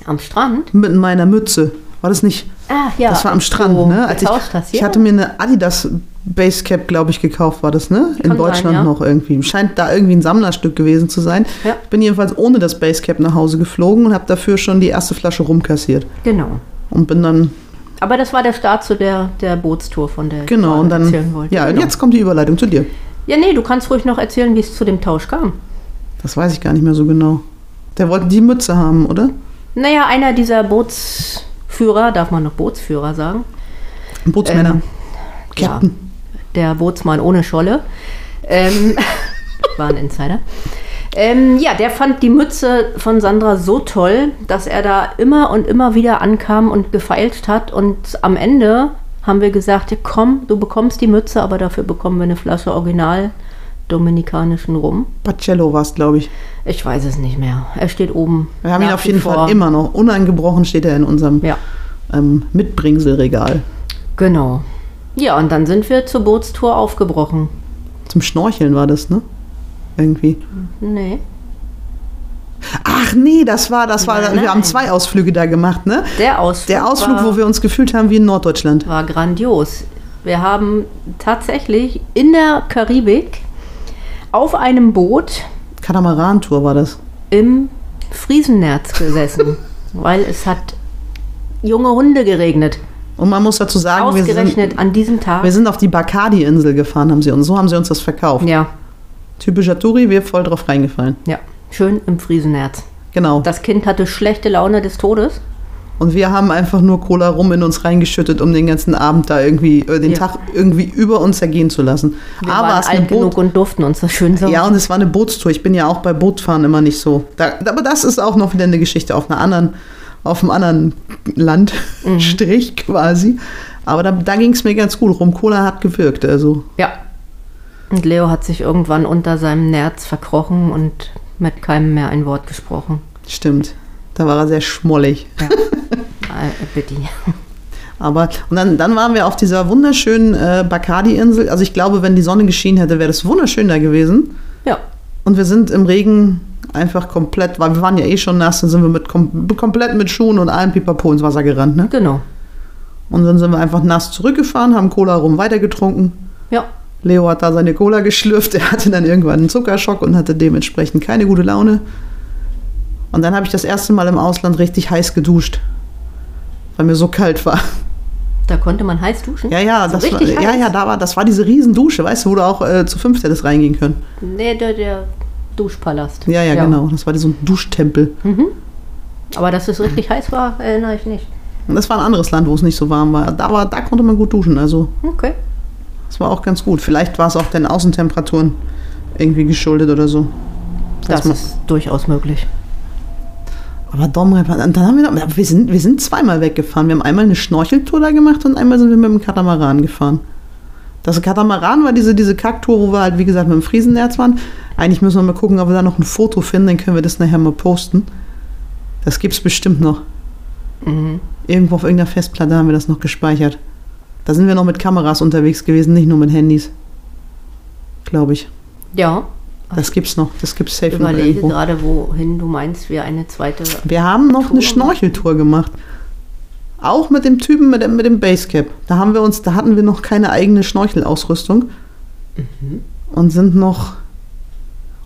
[SPEAKER 3] am Strand.
[SPEAKER 2] mit meiner Mütze. War das nicht?
[SPEAKER 3] Ah, ja.
[SPEAKER 2] das war am
[SPEAKER 3] als
[SPEAKER 2] Strand,
[SPEAKER 3] du
[SPEAKER 2] ne? Als ich,
[SPEAKER 3] getauscht hast,
[SPEAKER 2] ich
[SPEAKER 3] ja.
[SPEAKER 2] hatte mir eine Adidas Basecap, glaube ich, gekauft, war das, ne? In
[SPEAKER 3] Kann sein,
[SPEAKER 2] Deutschland
[SPEAKER 3] ja.
[SPEAKER 2] noch irgendwie. Scheint da irgendwie ein Sammlerstück gewesen zu sein.
[SPEAKER 3] Ja.
[SPEAKER 2] Ich bin jedenfalls ohne das Basecap nach Hause geflogen und habe dafür schon die erste Flasche rumkassiert.
[SPEAKER 3] Genau.
[SPEAKER 2] Und bin dann
[SPEAKER 3] Aber das war der Start zu der, der Bootstour, von der ich
[SPEAKER 2] Genau,
[SPEAKER 3] gerade
[SPEAKER 2] und dann.
[SPEAKER 3] erzählen wollte.
[SPEAKER 2] Ja, und
[SPEAKER 3] genau.
[SPEAKER 2] jetzt kommt die Überleitung zu dir.
[SPEAKER 3] Ja, nee, du kannst ruhig noch erzählen, wie es zu dem Tausch kam.
[SPEAKER 2] Das weiß ich gar nicht mehr so genau. Der wollte die Mütze haben, oder?
[SPEAKER 3] Naja, einer dieser Bootsführer, darf man noch Bootsführer sagen?
[SPEAKER 2] Bootsmänner.
[SPEAKER 3] Ähm,
[SPEAKER 2] Captain.
[SPEAKER 3] Ja, der Bootsmann ohne Scholle. Ähm, war ein Insider. Ähm, ja, der fand die Mütze von Sandra so toll, dass er da immer und immer wieder ankam und gefeilscht hat. Und am Ende haben wir gesagt, ja, komm, du bekommst die Mütze, aber dafür bekommen wir eine Flasche Original dominikanischen Rum.
[SPEAKER 2] Pacello war es, glaube ich.
[SPEAKER 3] Ich weiß es nicht mehr. Er steht oben.
[SPEAKER 2] Wir haben ihn
[SPEAKER 3] nach
[SPEAKER 2] auf
[SPEAKER 3] wie
[SPEAKER 2] jeden
[SPEAKER 3] vor.
[SPEAKER 2] Fall immer noch. Unangebrochen steht er in unserem
[SPEAKER 3] Ja,
[SPEAKER 2] ähm, Mitbringselregal.
[SPEAKER 3] genau. Ja, und dann sind wir zur Bootstour aufgebrochen.
[SPEAKER 2] Zum Schnorcheln war das, ne? Irgendwie.
[SPEAKER 3] Nee.
[SPEAKER 2] Ach nee, das war, das war,
[SPEAKER 3] Nein,
[SPEAKER 2] wir haben
[SPEAKER 3] nein.
[SPEAKER 2] zwei Ausflüge da gemacht, ne?
[SPEAKER 3] Der Ausflug.
[SPEAKER 2] Der Ausflug,
[SPEAKER 3] war
[SPEAKER 2] wo wir uns gefühlt haben wie in Norddeutschland.
[SPEAKER 3] war grandios. Wir haben tatsächlich in der Karibik auf einem Boot
[SPEAKER 2] Katamarantour war das.
[SPEAKER 3] im Friesennerz gesessen, weil es hat junge Hunde geregnet.
[SPEAKER 2] Und man muss dazu sagen, wir sind,
[SPEAKER 3] Ausgerechnet an diesem Tag.
[SPEAKER 2] wir sind auf die Bacardi-Insel gefahren, haben sie uns. So haben sie uns das verkauft.
[SPEAKER 3] ja,
[SPEAKER 2] Typischer Touri, wir voll drauf reingefallen.
[SPEAKER 3] ja, schön im Friesennerz.
[SPEAKER 2] Genau.
[SPEAKER 3] Das Kind hatte schlechte Laune des Todes.
[SPEAKER 2] Und wir haben einfach nur Cola rum in uns reingeschüttet, um den ganzen Abend da irgendwie, äh, den
[SPEAKER 3] Ja.
[SPEAKER 2] Tag irgendwie über uns ergehen zu lassen.
[SPEAKER 3] Wir
[SPEAKER 2] Aber
[SPEAKER 3] waren
[SPEAKER 2] es ist eine
[SPEAKER 3] alt genug um-
[SPEAKER 2] Boot.
[SPEAKER 3] und durften uns das schön sagen.
[SPEAKER 2] Ja, und es war eine Bootstour. Ich bin ja auch bei Bootfahren immer nicht so. Da, aber das ist auch noch wieder eine Geschichte auf einer anderen, auf einem anderen
[SPEAKER 3] Mhm.
[SPEAKER 2] Landstrich quasi. Aber da, da ging es mir ganz gut. Rum Cola hat gewirkt. Also
[SPEAKER 3] Ja. Und Leo hat sich irgendwann unter seinem Nerz verkrochen und mit keinem mehr ein Wort gesprochen.
[SPEAKER 2] stimmt. Da war er sehr schmollig.
[SPEAKER 3] Äh, Bitte.
[SPEAKER 2] Aber und dann, dann waren wir auf dieser wunderschönen äh, Bacardi-Insel. Also ich glaube, wenn die Sonne geschienen hätte, wäre das wunderschön da gewesen.
[SPEAKER 3] Ja,
[SPEAKER 2] Und wir sind im Regen einfach komplett, weil wir waren ja eh schon nass, dann sind wir mit, kom komplett mit Schuhen und allem Pipapo ins Wasser gerannt. Ne?
[SPEAKER 3] genau.
[SPEAKER 2] Und dann sind wir einfach nass zurückgefahren, haben Cola rum weitergetrunken.
[SPEAKER 3] Ja,
[SPEAKER 2] Leo hat da seine Cola geschlürft, er hatte dann irgendwann einen Zuckerschock und hatte dementsprechend keine gute Laune. Und dann habe ich das erste Mal im Ausland richtig heiß geduscht, weil mir so kalt war.
[SPEAKER 3] Da konnte man heiß duschen?
[SPEAKER 2] Ja, ja,
[SPEAKER 3] So
[SPEAKER 2] das war,
[SPEAKER 3] richtig
[SPEAKER 2] ja,
[SPEAKER 3] heiß?
[SPEAKER 2] ja, da war, das war diese Riesendusche, weißt du, wo du auch äh, zu fünft hättest reingehen können.
[SPEAKER 3] Nee, der, der Duschpalast.
[SPEAKER 2] Ja, ja, genau. Das war so ein Duschtempel.
[SPEAKER 3] Aber dass es richtig heiß war, erinnere ich nicht.
[SPEAKER 2] Und das war ein anderes Land, wo es nicht so warm war. Da, war, da konnte man gut duschen, also
[SPEAKER 3] Okay.
[SPEAKER 2] das war auch ganz gut. Vielleicht war es auch den Außentemperaturen irgendwie geschuldet oder so.
[SPEAKER 3] Das,
[SPEAKER 2] Weiß man-
[SPEAKER 3] ist durchaus möglich.
[SPEAKER 2] Aber Domrep, dann haben wir, noch- wir, sind, wir sind zweimal weggefahren. Wir haben einmal eine Schnorcheltour da gemacht und einmal sind wir mit dem Katamaran gefahren. Das Katamaran war diese, diese Kacktour, wo wir halt, wie gesagt, mit dem Friesenerz waren. Eigentlich müssen wir mal gucken, ob wir da noch ein Foto finden, dann können wir das nachher mal posten. Das gibt's bestimmt noch.
[SPEAKER 3] Mhm.
[SPEAKER 2] Irgendwo auf irgendeiner Festplatte haben wir das noch gespeichert. Da sind wir noch mit Kameras unterwegs gewesen, nicht nur mit Handys. Glaube ich.
[SPEAKER 3] Ja,
[SPEAKER 2] Das gibt's noch. Das gibt's safe
[SPEAKER 3] ich
[SPEAKER 2] noch
[SPEAKER 3] überlege
[SPEAKER 2] irgendwo.
[SPEAKER 3] gerade, wohin du meinst, wir eine zweite.
[SPEAKER 2] Wir haben noch
[SPEAKER 3] Tour
[SPEAKER 2] eine
[SPEAKER 3] gemacht.
[SPEAKER 2] Schnorcheltour gemacht. Auch mit dem Typen mit dem, mit dem Basecap. Da haben wir
[SPEAKER 3] Mhm.
[SPEAKER 2] uns, da hatten wir noch keine eigene Schnorchelausrüstung und sind noch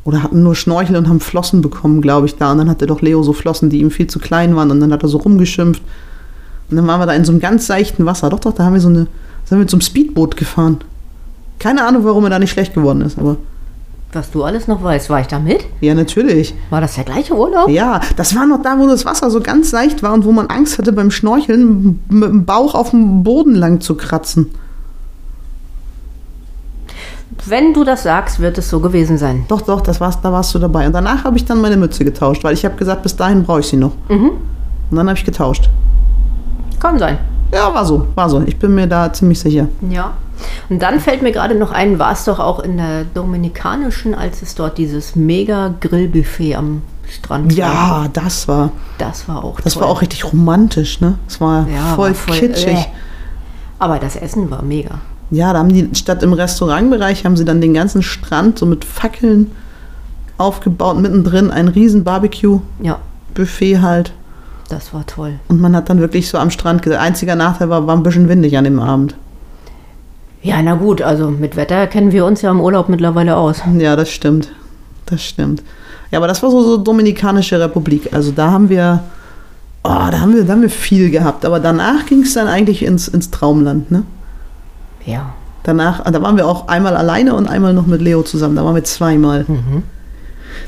[SPEAKER 2] Oder hatten nur Schnorchel und haben Flossen bekommen, glaube ich, da. Und dann hatte doch Leo so Flossen, die ihm viel zu klein waren. Und dann hat er so rumgeschimpft. Und dann waren wir da in so einem ganz seichten Wasser. Doch, doch, da haben wir so eine, sind wir mit so einem Speedboot gefahren. Keine Ahnung, warum er da nicht schlecht geworden ist, aber
[SPEAKER 3] Was du alles noch weißt, war ich da mit?
[SPEAKER 2] ja, natürlich.
[SPEAKER 3] War das der gleiche Urlaub?
[SPEAKER 2] Ja, das war noch da, wo das Wasser so ganz seicht war und wo man Angst hatte, beim Schnorcheln mit dem Bauch auf dem Boden lang zu kratzen.
[SPEAKER 3] Wenn du das sagst, wird es so gewesen sein.
[SPEAKER 2] Doch, doch, das war's, da warst du dabei. Und danach habe ich dann meine Mütze getauscht, weil ich habe gesagt, bis dahin brauche ich sie noch.
[SPEAKER 3] Mhm.
[SPEAKER 2] Und dann habe ich getauscht.
[SPEAKER 3] Kann sein.
[SPEAKER 2] Ja, war so, war so. Ich bin mir da ziemlich sicher.
[SPEAKER 3] Ja. Und dann fällt mir gerade noch ein, war es doch auch in der Dominikanischen, als es dort dieses mega Grillbuffet am Strand gab.
[SPEAKER 2] Ja, das war,
[SPEAKER 3] Das war auch
[SPEAKER 2] das
[SPEAKER 3] toll.
[SPEAKER 2] war auch richtig romantisch, ne? Das war,
[SPEAKER 3] Ja, war
[SPEAKER 2] voll,
[SPEAKER 3] voll-
[SPEAKER 2] kitschig.
[SPEAKER 3] äh. Aber das Essen war mega.
[SPEAKER 2] Ja, da haben die statt im Restaurantbereich haben sie dann den ganzen Strand so mit Fackeln aufgebaut, mittendrin ein riesen Barbecue
[SPEAKER 3] Ja,
[SPEAKER 2] Buffet halt.
[SPEAKER 3] das war toll.
[SPEAKER 2] Und man hat dann wirklich so am Strand gesagt, einziger Nachteil war, war ein bisschen windig an dem Abend.
[SPEAKER 3] Ja, na gut, also mit Wetter kennen wir uns ja im Urlaub mittlerweile aus.
[SPEAKER 2] Ja, das stimmt. Das stimmt. Ja, aber das war so, so Dominikanische Republik. Also da haben wir, oh, da haben wir, da haben wir viel gehabt. Aber danach ging es dann eigentlich ins, ins Traumland, ne?
[SPEAKER 3] Ja.
[SPEAKER 2] Danach, ah, da waren wir auch einmal alleine und einmal noch mit Leo zusammen. Da waren wir zweimal.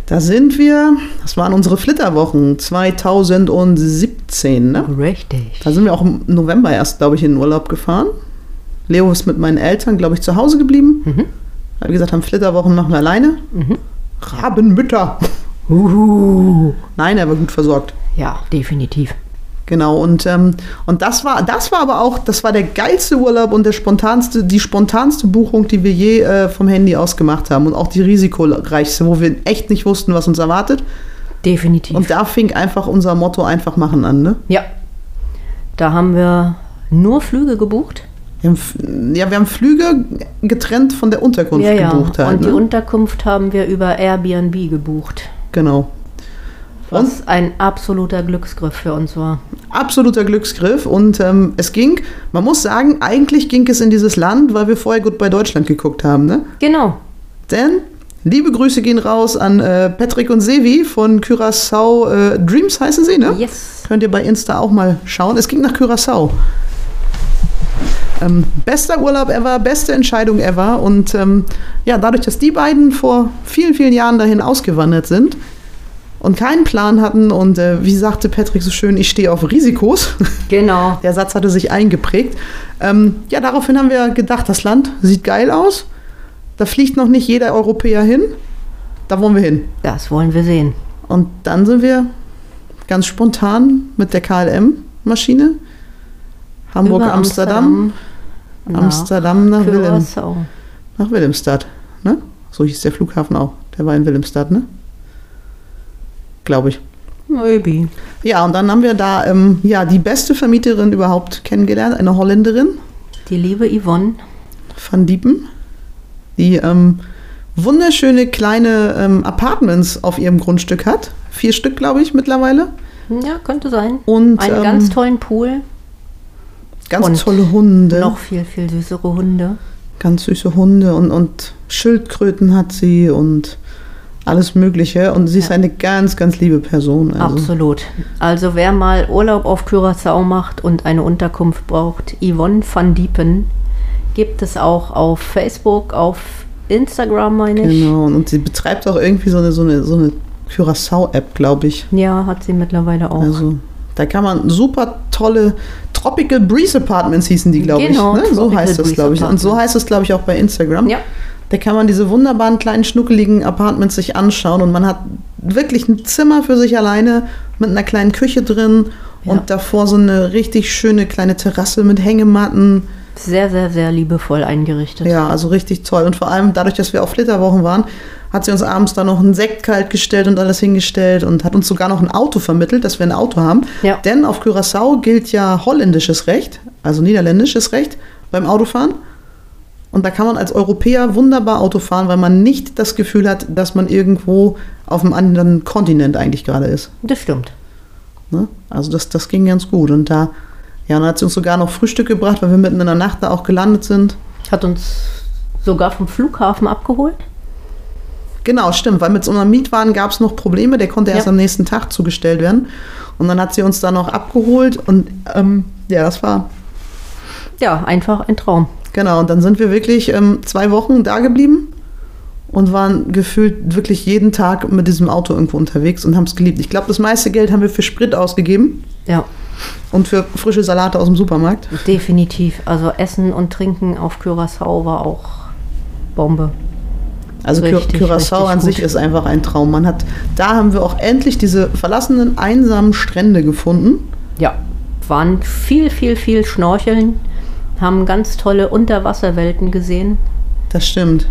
[SPEAKER 2] Da sind wir, das waren unsere Flitterwochen 2017, ne?
[SPEAKER 3] Richtig.
[SPEAKER 2] Da sind wir auch im November erst, glaube ich, in den Urlaub gefahren. Leo ist mit meinen Eltern, glaube ich, zu Hause geblieben.
[SPEAKER 3] Mhm.
[SPEAKER 2] Hat gesagt, haben Flitterwochen machen wir alleine. Rabenmütter.
[SPEAKER 3] Uhu.
[SPEAKER 2] Nein, er war gut versorgt.
[SPEAKER 3] Ja, definitiv.
[SPEAKER 2] Genau, und, ähm, und das war, das war aber auch, das war der geilste Urlaub und der spontanste, die spontanste Buchung, die wir je äh, vom Handy aus gemacht haben. Und auch die risikoreichste, wo wir echt nicht wussten, was uns erwartet.
[SPEAKER 3] Definitiv.
[SPEAKER 2] Und da fing einfach unser Motto einfach machen an, ne?
[SPEAKER 3] ja. Da haben wir nur Flüge gebucht.
[SPEAKER 2] Wir haben, F- ja, wir haben Flüge getrennt von der Unterkunft gebucht halt.
[SPEAKER 3] Und die
[SPEAKER 2] ne?
[SPEAKER 3] Unterkunft haben wir über Airbnb gebucht.
[SPEAKER 2] Genau. Und
[SPEAKER 3] Was ein absoluter Glücksgriff für uns war.
[SPEAKER 2] absoluter Glücksgriff. Und ähm, es ging, man muss sagen, eigentlich ging es in dieses Land, weil wir vorher gut bei Deutschland geguckt haben. Ne?
[SPEAKER 3] Genau.
[SPEAKER 2] Denn liebe Grüße gehen raus an äh, Patrick und Sevi von Curaçao äh, Dreams heißen sie, ne?
[SPEAKER 3] Yes.
[SPEAKER 2] Könnt ihr bei Insta auch mal schauen. Es ging nach Curaçao. Ähm, bester Urlaub ever, beste Entscheidung ever. Und ähm, ja, dadurch, dass die beiden vor vielen, vielen Jahren dahin ausgewandert sind und keinen Plan hatten und äh, wie sagte Patrick so schön, ich stehe auf Risikos.
[SPEAKER 3] Genau.
[SPEAKER 2] Der Satz hatte sich eingeprägt. Ähm, ja, daraufhin haben wir gedacht, das Land sieht geil aus. Da fliegt noch nicht jeder Europäer hin. Da wollen wir hin.
[SPEAKER 3] Das wollen wir sehen.
[SPEAKER 2] Und dann sind wir ganz spontan mit der KLM-Maschine Hamburg,
[SPEAKER 3] Über genau.
[SPEAKER 2] Amsterdam,
[SPEAKER 3] nach
[SPEAKER 2] Amsterdam nach, Willem,
[SPEAKER 3] Curaçao.
[SPEAKER 2] nach Willemstad. Ne? So hieß der Flughafen auch. Der war in Willemstad, ne? Glaube ich.
[SPEAKER 3] Maybe.
[SPEAKER 2] Ja, und dann haben wir da ähm, ja, die beste Vermieterin überhaupt kennengelernt, eine Holländerin.
[SPEAKER 3] Die liebe Yvonne.
[SPEAKER 2] Van Diepen, die ähm, wunderschöne kleine ähm, Apartments auf ihrem Grundstück hat. Vier Stück, glaube ich, mittlerweile.
[SPEAKER 3] Ja, könnte sein.
[SPEAKER 2] Und
[SPEAKER 3] Einen
[SPEAKER 2] ähm,
[SPEAKER 3] ganz tollen Pool.
[SPEAKER 2] ganz
[SPEAKER 3] und
[SPEAKER 2] tolle Hunde,
[SPEAKER 3] Noch viel, viel süßere Hunde.
[SPEAKER 2] ganz süße Hunde und, und Schildkröten hat sie und alles Mögliche. Und sie ist
[SPEAKER 3] Ja.
[SPEAKER 2] eine ganz, ganz liebe Person. Also.
[SPEAKER 3] Absolut. Also wer mal Urlaub auf Curaçao macht und eine Unterkunft braucht, Yvonne van Diepen gibt es auch auf Facebook, auf Instagram meine ich.
[SPEAKER 2] Genau. Und, und sie betreibt auch irgendwie so eine, so eine, so eine Curaçao-App, glaube ich.
[SPEAKER 3] Ja, hat sie mittlerweile auch.
[SPEAKER 2] Also, da kann man super tolle Tropical Breeze Apartments hießen die, glaube
[SPEAKER 3] Genau,
[SPEAKER 2] ich. Ne? So
[SPEAKER 3] Tropical
[SPEAKER 2] heißt das,
[SPEAKER 3] Breeze
[SPEAKER 2] glaube ich. Und so
[SPEAKER 3] Apartments.
[SPEAKER 2] heißt es, glaube ich, auch bei Instagram.
[SPEAKER 3] Ja.
[SPEAKER 2] Da kann man diese wunderbaren kleinen schnuckeligen Apartments sich anschauen und man hat wirklich ein Zimmer für sich alleine mit einer kleinen Küche drin
[SPEAKER 3] Ja.
[SPEAKER 2] und davor so eine richtig schöne kleine Terrasse mit Hängematten.
[SPEAKER 3] Sehr, sehr, sehr liebevoll eingerichtet.
[SPEAKER 2] Ja, also richtig toll. Und vor allem dadurch, dass wir auf Flitterwochen waren, hat sie uns abends dann noch einen Sekt kalt gestellt und alles hingestellt und hat uns sogar noch ein Auto vermittelt, dass wir ein Auto haben.
[SPEAKER 3] Ja.
[SPEAKER 2] Denn auf Curaçao gilt ja holländisches Recht, also niederländisches Recht beim Autofahren. Und da kann man als Europäer wunderbar Auto fahren, weil man nicht das Gefühl hat, dass man irgendwo auf einem anderen Kontinent eigentlich gerade ist.
[SPEAKER 3] Das stimmt.
[SPEAKER 2] Ne? Also das, das ging ganz gut. Und da, ja, dann hat sie uns sogar noch Frühstück gebracht, weil wir mitten in der Nacht da auch gelandet sind.
[SPEAKER 3] Hat uns sogar vom Flughafen abgeholt.
[SPEAKER 2] Genau, stimmt, weil mit unserem Mietwagen gab es noch Probleme, der konnte erst
[SPEAKER 3] Ja.
[SPEAKER 2] am nächsten Tag zugestellt werden. Und dann hat sie uns da noch abgeholt und ähm, ja, das war.
[SPEAKER 3] Ja, einfach ein Traum.
[SPEAKER 2] Genau, und dann sind wir wirklich ähm, zwei Wochen da geblieben und waren gefühlt wirklich jeden Tag mit diesem Auto irgendwo unterwegs und haben es geliebt. Ich glaube, das meiste Geld haben wir für Sprit ausgegeben
[SPEAKER 3] Ja,
[SPEAKER 2] und für frische Salate aus dem Supermarkt.
[SPEAKER 3] definitiv. Also Essen und Trinken auf Curaçao war auch Bombe.
[SPEAKER 2] Also Kür-
[SPEAKER 3] Richtig,
[SPEAKER 2] Curaçao
[SPEAKER 3] richtig
[SPEAKER 2] an sich
[SPEAKER 3] gut.
[SPEAKER 2] ist einfach ein Traum. Man hat, da haben wir auch endlich diese verlassenen, einsamen Strände gefunden.
[SPEAKER 3] Ja, waren viel, viel, viel Schnorcheln, haben ganz tolle Unterwasserwelten gesehen.
[SPEAKER 2] Das stimmt.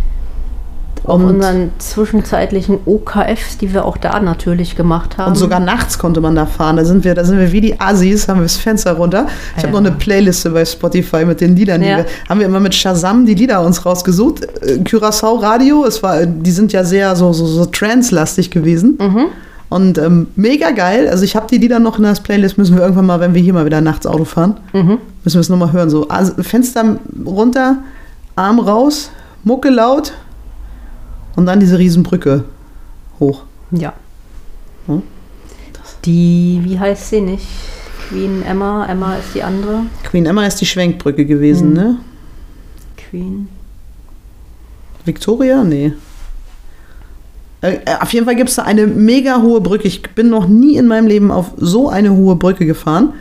[SPEAKER 3] Auf
[SPEAKER 2] Und-
[SPEAKER 3] unseren zwischenzeitlichen OKFs, die wir auch da natürlich gemacht haben.
[SPEAKER 2] Und sogar nachts konnte man da fahren. Da sind wir, da sind wir wie die Assis, haben wir das Fenster runter. Ich habe
[SPEAKER 3] Ja.
[SPEAKER 2] noch eine Playliste bei Spotify mit den Liedern.
[SPEAKER 3] Ja.
[SPEAKER 2] Die wir, haben wir immer mit Shazam die Lieder uns rausgesucht. Äh, Curaçao Radio, es war, die sind ja sehr so, so, so trance-lastig gewesen.
[SPEAKER 3] Mhm.
[SPEAKER 2] Und ähm, mega geil. Also ich habe die Lieder noch in der Playlist, müssen wir irgendwann mal, wenn wir hier mal wieder nachts Auto fahren,
[SPEAKER 3] Mhm.
[SPEAKER 2] müssen wir es nochmal hören. So As- Fenster runter, Arm raus, Mucke laut und dann diese Riesenbrücke hoch.
[SPEAKER 3] Ja.
[SPEAKER 2] Hm?
[SPEAKER 3] Die, wie heißt sie nicht? Queen Emma, Emma ist die andere.
[SPEAKER 2] Queen Emma ist die Schwenkbrücke gewesen, ne?
[SPEAKER 3] Queen.
[SPEAKER 2] Victoria? Nee. Äh, äh, auf jeden Fall gibt es da eine mega hohe Brücke. Ich bin noch nie in meinem Leben auf so eine hohe Brücke gefahren.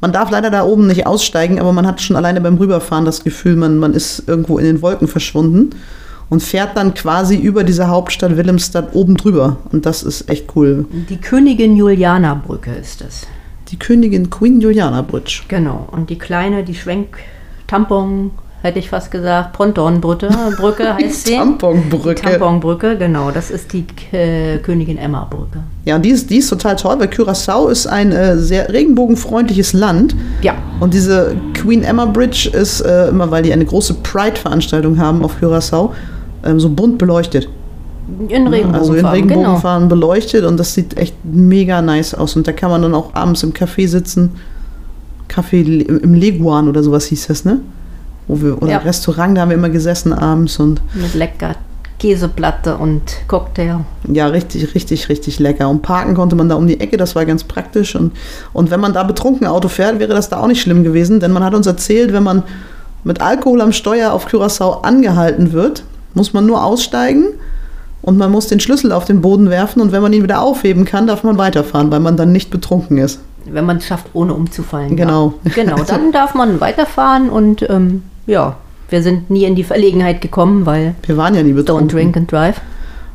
[SPEAKER 2] Man darf leider da oben nicht aussteigen, aber man hat schon alleine beim Rüberfahren das Gefühl, man, man ist irgendwo in den Wolken verschwunden und fährt dann quasi über diese Hauptstadt Willemstad oben drüber. Und das ist echt cool.
[SPEAKER 3] Die Königin Juliana Brücke ist es.
[SPEAKER 2] Die Königin Queen Juliana Bridge.
[SPEAKER 3] Genau. Und die kleine, die Schwenk Tampon, hätte ich fast gesagt, Pontonbrücke Brücke heißt sie.
[SPEAKER 2] Tamponbrücke.
[SPEAKER 3] Tamponbrücke, genau. Das ist die äh, Königin Emma Brücke.
[SPEAKER 2] Ja, und die ist, die ist total toll, weil Curaçao ist ein äh, sehr regenbogenfreundliches Land.
[SPEAKER 3] Ja.
[SPEAKER 2] Und diese Queen Emma Bridge ist äh, immer, weil die eine große Pride-Veranstaltung haben auf Curaçao, ähm, so bunt beleuchtet.
[SPEAKER 3] In Regenbogenfarben,
[SPEAKER 2] also in
[SPEAKER 3] genau.
[SPEAKER 2] Regenbogenfarben beleuchtet und das sieht echt mega nice aus. Und da kann man dann auch abends im Café sitzen. Café Le- im Leguan oder sowas hieß das, ne? Wo wir, oder
[SPEAKER 3] Ja.
[SPEAKER 2] Restaurant, da haben wir immer gesessen abends und
[SPEAKER 3] Mit lecker Käseplatte und Cocktail.
[SPEAKER 2] Ja, richtig, richtig, richtig lecker. Und parken konnte man da um die Ecke, das war ganz praktisch. Und, und wenn man da betrunken Auto fährt, wäre das da auch nicht schlimm gewesen, denn man hat uns erzählt, wenn man mit Alkohol am Steuer auf Curaçao angehalten wird, muss man nur aussteigen und man muss den Schlüssel auf den Boden werfen und wenn man ihn wieder aufheben kann, darf man weiterfahren, weil man dann nicht betrunken ist.
[SPEAKER 3] Wenn man es schafft, ohne umzufallen.
[SPEAKER 2] Genau.
[SPEAKER 3] Ja. Genau, dann darf man weiterfahren und ähm, ja, wir sind nie in die Verlegenheit gekommen, weil
[SPEAKER 2] Wir waren ja nie betrunken.
[SPEAKER 3] don't drink and drive.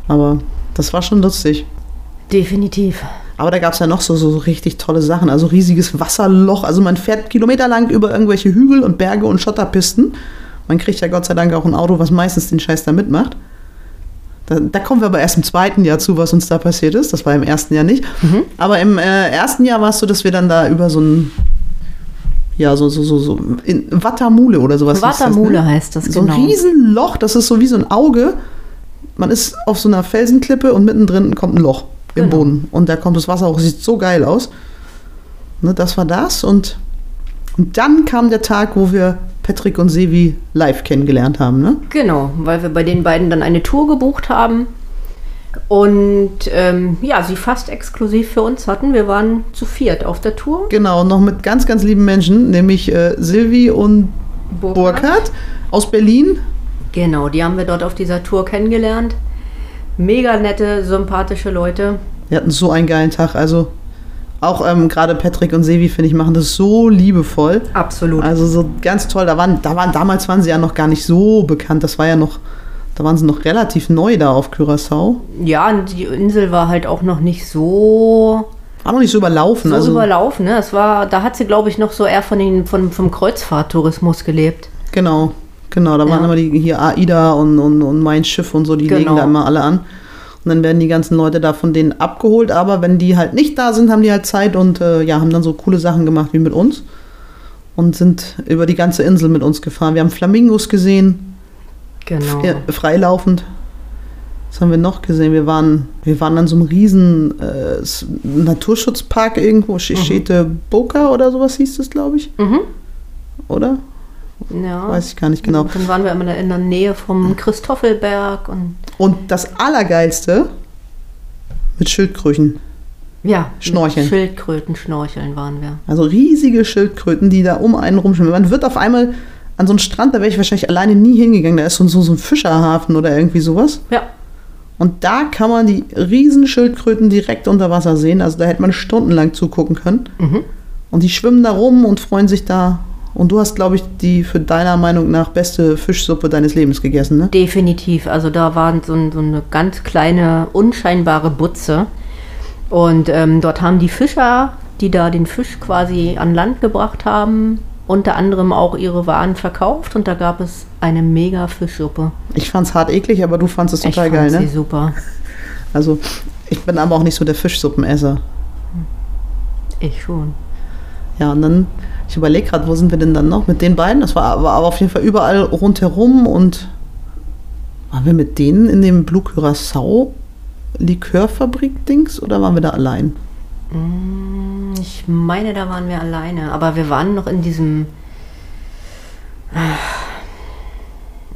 [SPEAKER 2] Aber das war schon lustig.
[SPEAKER 3] Definitiv.
[SPEAKER 2] Aber da gab es ja noch so, so so richtig tolle Sachen. Also riesiges Wasserloch. Also man fährt kilometerlang über irgendwelche Hügel und Berge und Schotterpisten. Man kriegt ja Gott sei Dank auch ein Auto, was meistens den Scheiß da mitmacht. Da, da kommen wir aber erst im zweiten Jahr zu, was uns da passiert ist. Das war im ersten Jahr nicht. Aber im äh, ersten Jahr war es so, dass wir dann da über so ein, ja, so, so, so, so, in Wattamule oder sowas. hieß das, ne?
[SPEAKER 3] Watamule heißt das,
[SPEAKER 2] so
[SPEAKER 3] genau.
[SPEAKER 2] ein Riesenloch, das ist so wie so ein Auge. Man ist auf so einer Felsenklippe und mittendrin kommt ein Loch im
[SPEAKER 3] Genau.
[SPEAKER 2] Boden. Und da kommt das Wasser hoch, sieht so geil aus. Ne, das war das. Und, und dann kam der Tag, wo wir Patrick und Sevi live kennengelernt haben. Ne?
[SPEAKER 3] Genau, weil wir bei den beiden dann eine Tour gebucht haben und ähm, ja, sie fast exklusiv für uns hatten. Wir waren zu viert auf der Tour.
[SPEAKER 2] Genau, noch mit ganz, ganz lieben Menschen, nämlich äh, Silvi und
[SPEAKER 3] Burkhard.
[SPEAKER 2] Burkhard aus Berlin.
[SPEAKER 3] Genau, die haben wir dort auf dieser Tour kennengelernt. Mega nette, sympathische Leute.
[SPEAKER 2] Wir hatten so einen geilen Tag. Also auch ähm, gerade Patrick und Sevi, finde ich, machen das so liebevoll.
[SPEAKER 3] Absolut.
[SPEAKER 2] Also so ganz toll. Da waren, da waren, damals waren sie ja noch gar nicht so bekannt. Das war ja noch, da waren sie noch relativ neu da auf Curaçao.
[SPEAKER 3] Ja, und die Insel war halt auch noch nicht so,
[SPEAKER 2] War noch nicht so überlaufen.
[SPEAKER 3] so
[SPEAKER 2] also,
[SPEAKER 3] überlaufen. Ne? Es war, da hat sie, glaube ich, noch so eher von den, von, vom Kreuzfahrttourismus gelebt.
[SPEAKER 2] Genau, genau. Da waren
[SPEAKER 3] Ja.
[SPEAKER 2] immer die hier AIDA und, und, und mein Schiff und so, die
[SPEAKER 3] Genau.
[SPEAKER 2] legen da immer alle an. Und dann werden die ganzen Leute da von denen abgeholt. Aber wenn die halt nicht da sind, haben die halt Zeit und äh, ja, haben dann so coole Sachen gemacht wie mit uns. Und sind über die ganze Insel mit uns gefahren. Wir haben Flamingos gesehen.
[SPEAKER 3] Genau.
[SPEAKER 2] Ja, freilaufend. Was haben wir noch gesehen? Wir waren, wir waren an so einem riesen äh, S-
[SPEAKER 3] Mhm.
[SPEAKER 2] Naturschutzpark irgendwo, Schichete Boca oder sowas hieß das, glaube ich.
[SPEAKER 3] Mhm.
[SPEAKER 2] Oder?
[SPEAKER 3] Ja.
[SPEAKER 2] Weiß ich gar nicht genau.
[SPEAKER 3] Dann waren wir immer in der Nähe vom Christoffelberg und
[SPEAKER 2] Und das Allergeilste mit Schildkröchen.
[SPEAKER 3] ja, mit
[SPEAKER 2] Schnorcheln.
[SPEAKER 3] Schildkröten schnorcheln waren wir.
[SPEAKER 2] Also riesige Schildkröten, die da um einen rumschwimmen. Man wird auf einmal an so einen Strand, da wäre ich wahrscheinlich alleine nie hingegangen. Da ist so, so, so ein Fischerhafen oder irgendwie sowas.
[SPEAKER 3] Ja,
[SPEAKER 2] Und da kann man die riesen Schildkröten direkt unter Wasser sehen. Also da hätte man stundenlang zugucken können. Und die schwimmen da rum und freuen sich da. Und du hast, glaube ich, die für deiner Meinung nach beste Fischsuppe deines Lebens gegessen, ne?
[SPEAKER 3] Definitiv. Also da war so, ein, so eine ganz kleine, unscheinbare Butze. Und ähm, dort haben die Fischer, die da den Fisch quasi an Land gebracht haben, unter anderem auch ihre Waren verkauft. Und da gab es eine mega Fischsuppe.
[SPEAKER 2] Ich fand's hart eklig, aber du fandst es total
[SPEAKER 3] ich
[SPEAKER 2] geil,
[SPEAKER 3] fand
[SPEAKER 2] ne?
[SPEAKER 3] sie super.
[SPEAKER 2] Also ich bin aber auch nicht so der Fischsuppenesser.
[SPEAKER 3] Ich schon.
[SPEAKER 2] Ja, und dann, ich überlege gerade, wo sind wir denn dann noch? Mit den beiden? Das war, war aber auf jeden Fall überall rundherum und waren wir mit denen in dem Blue Curaçao Likörfabrik-Dings oder waren wir da allein?
[SPEAKER 3] Ich meine, da waren wir alleine. Aber wir waren noch in diesem.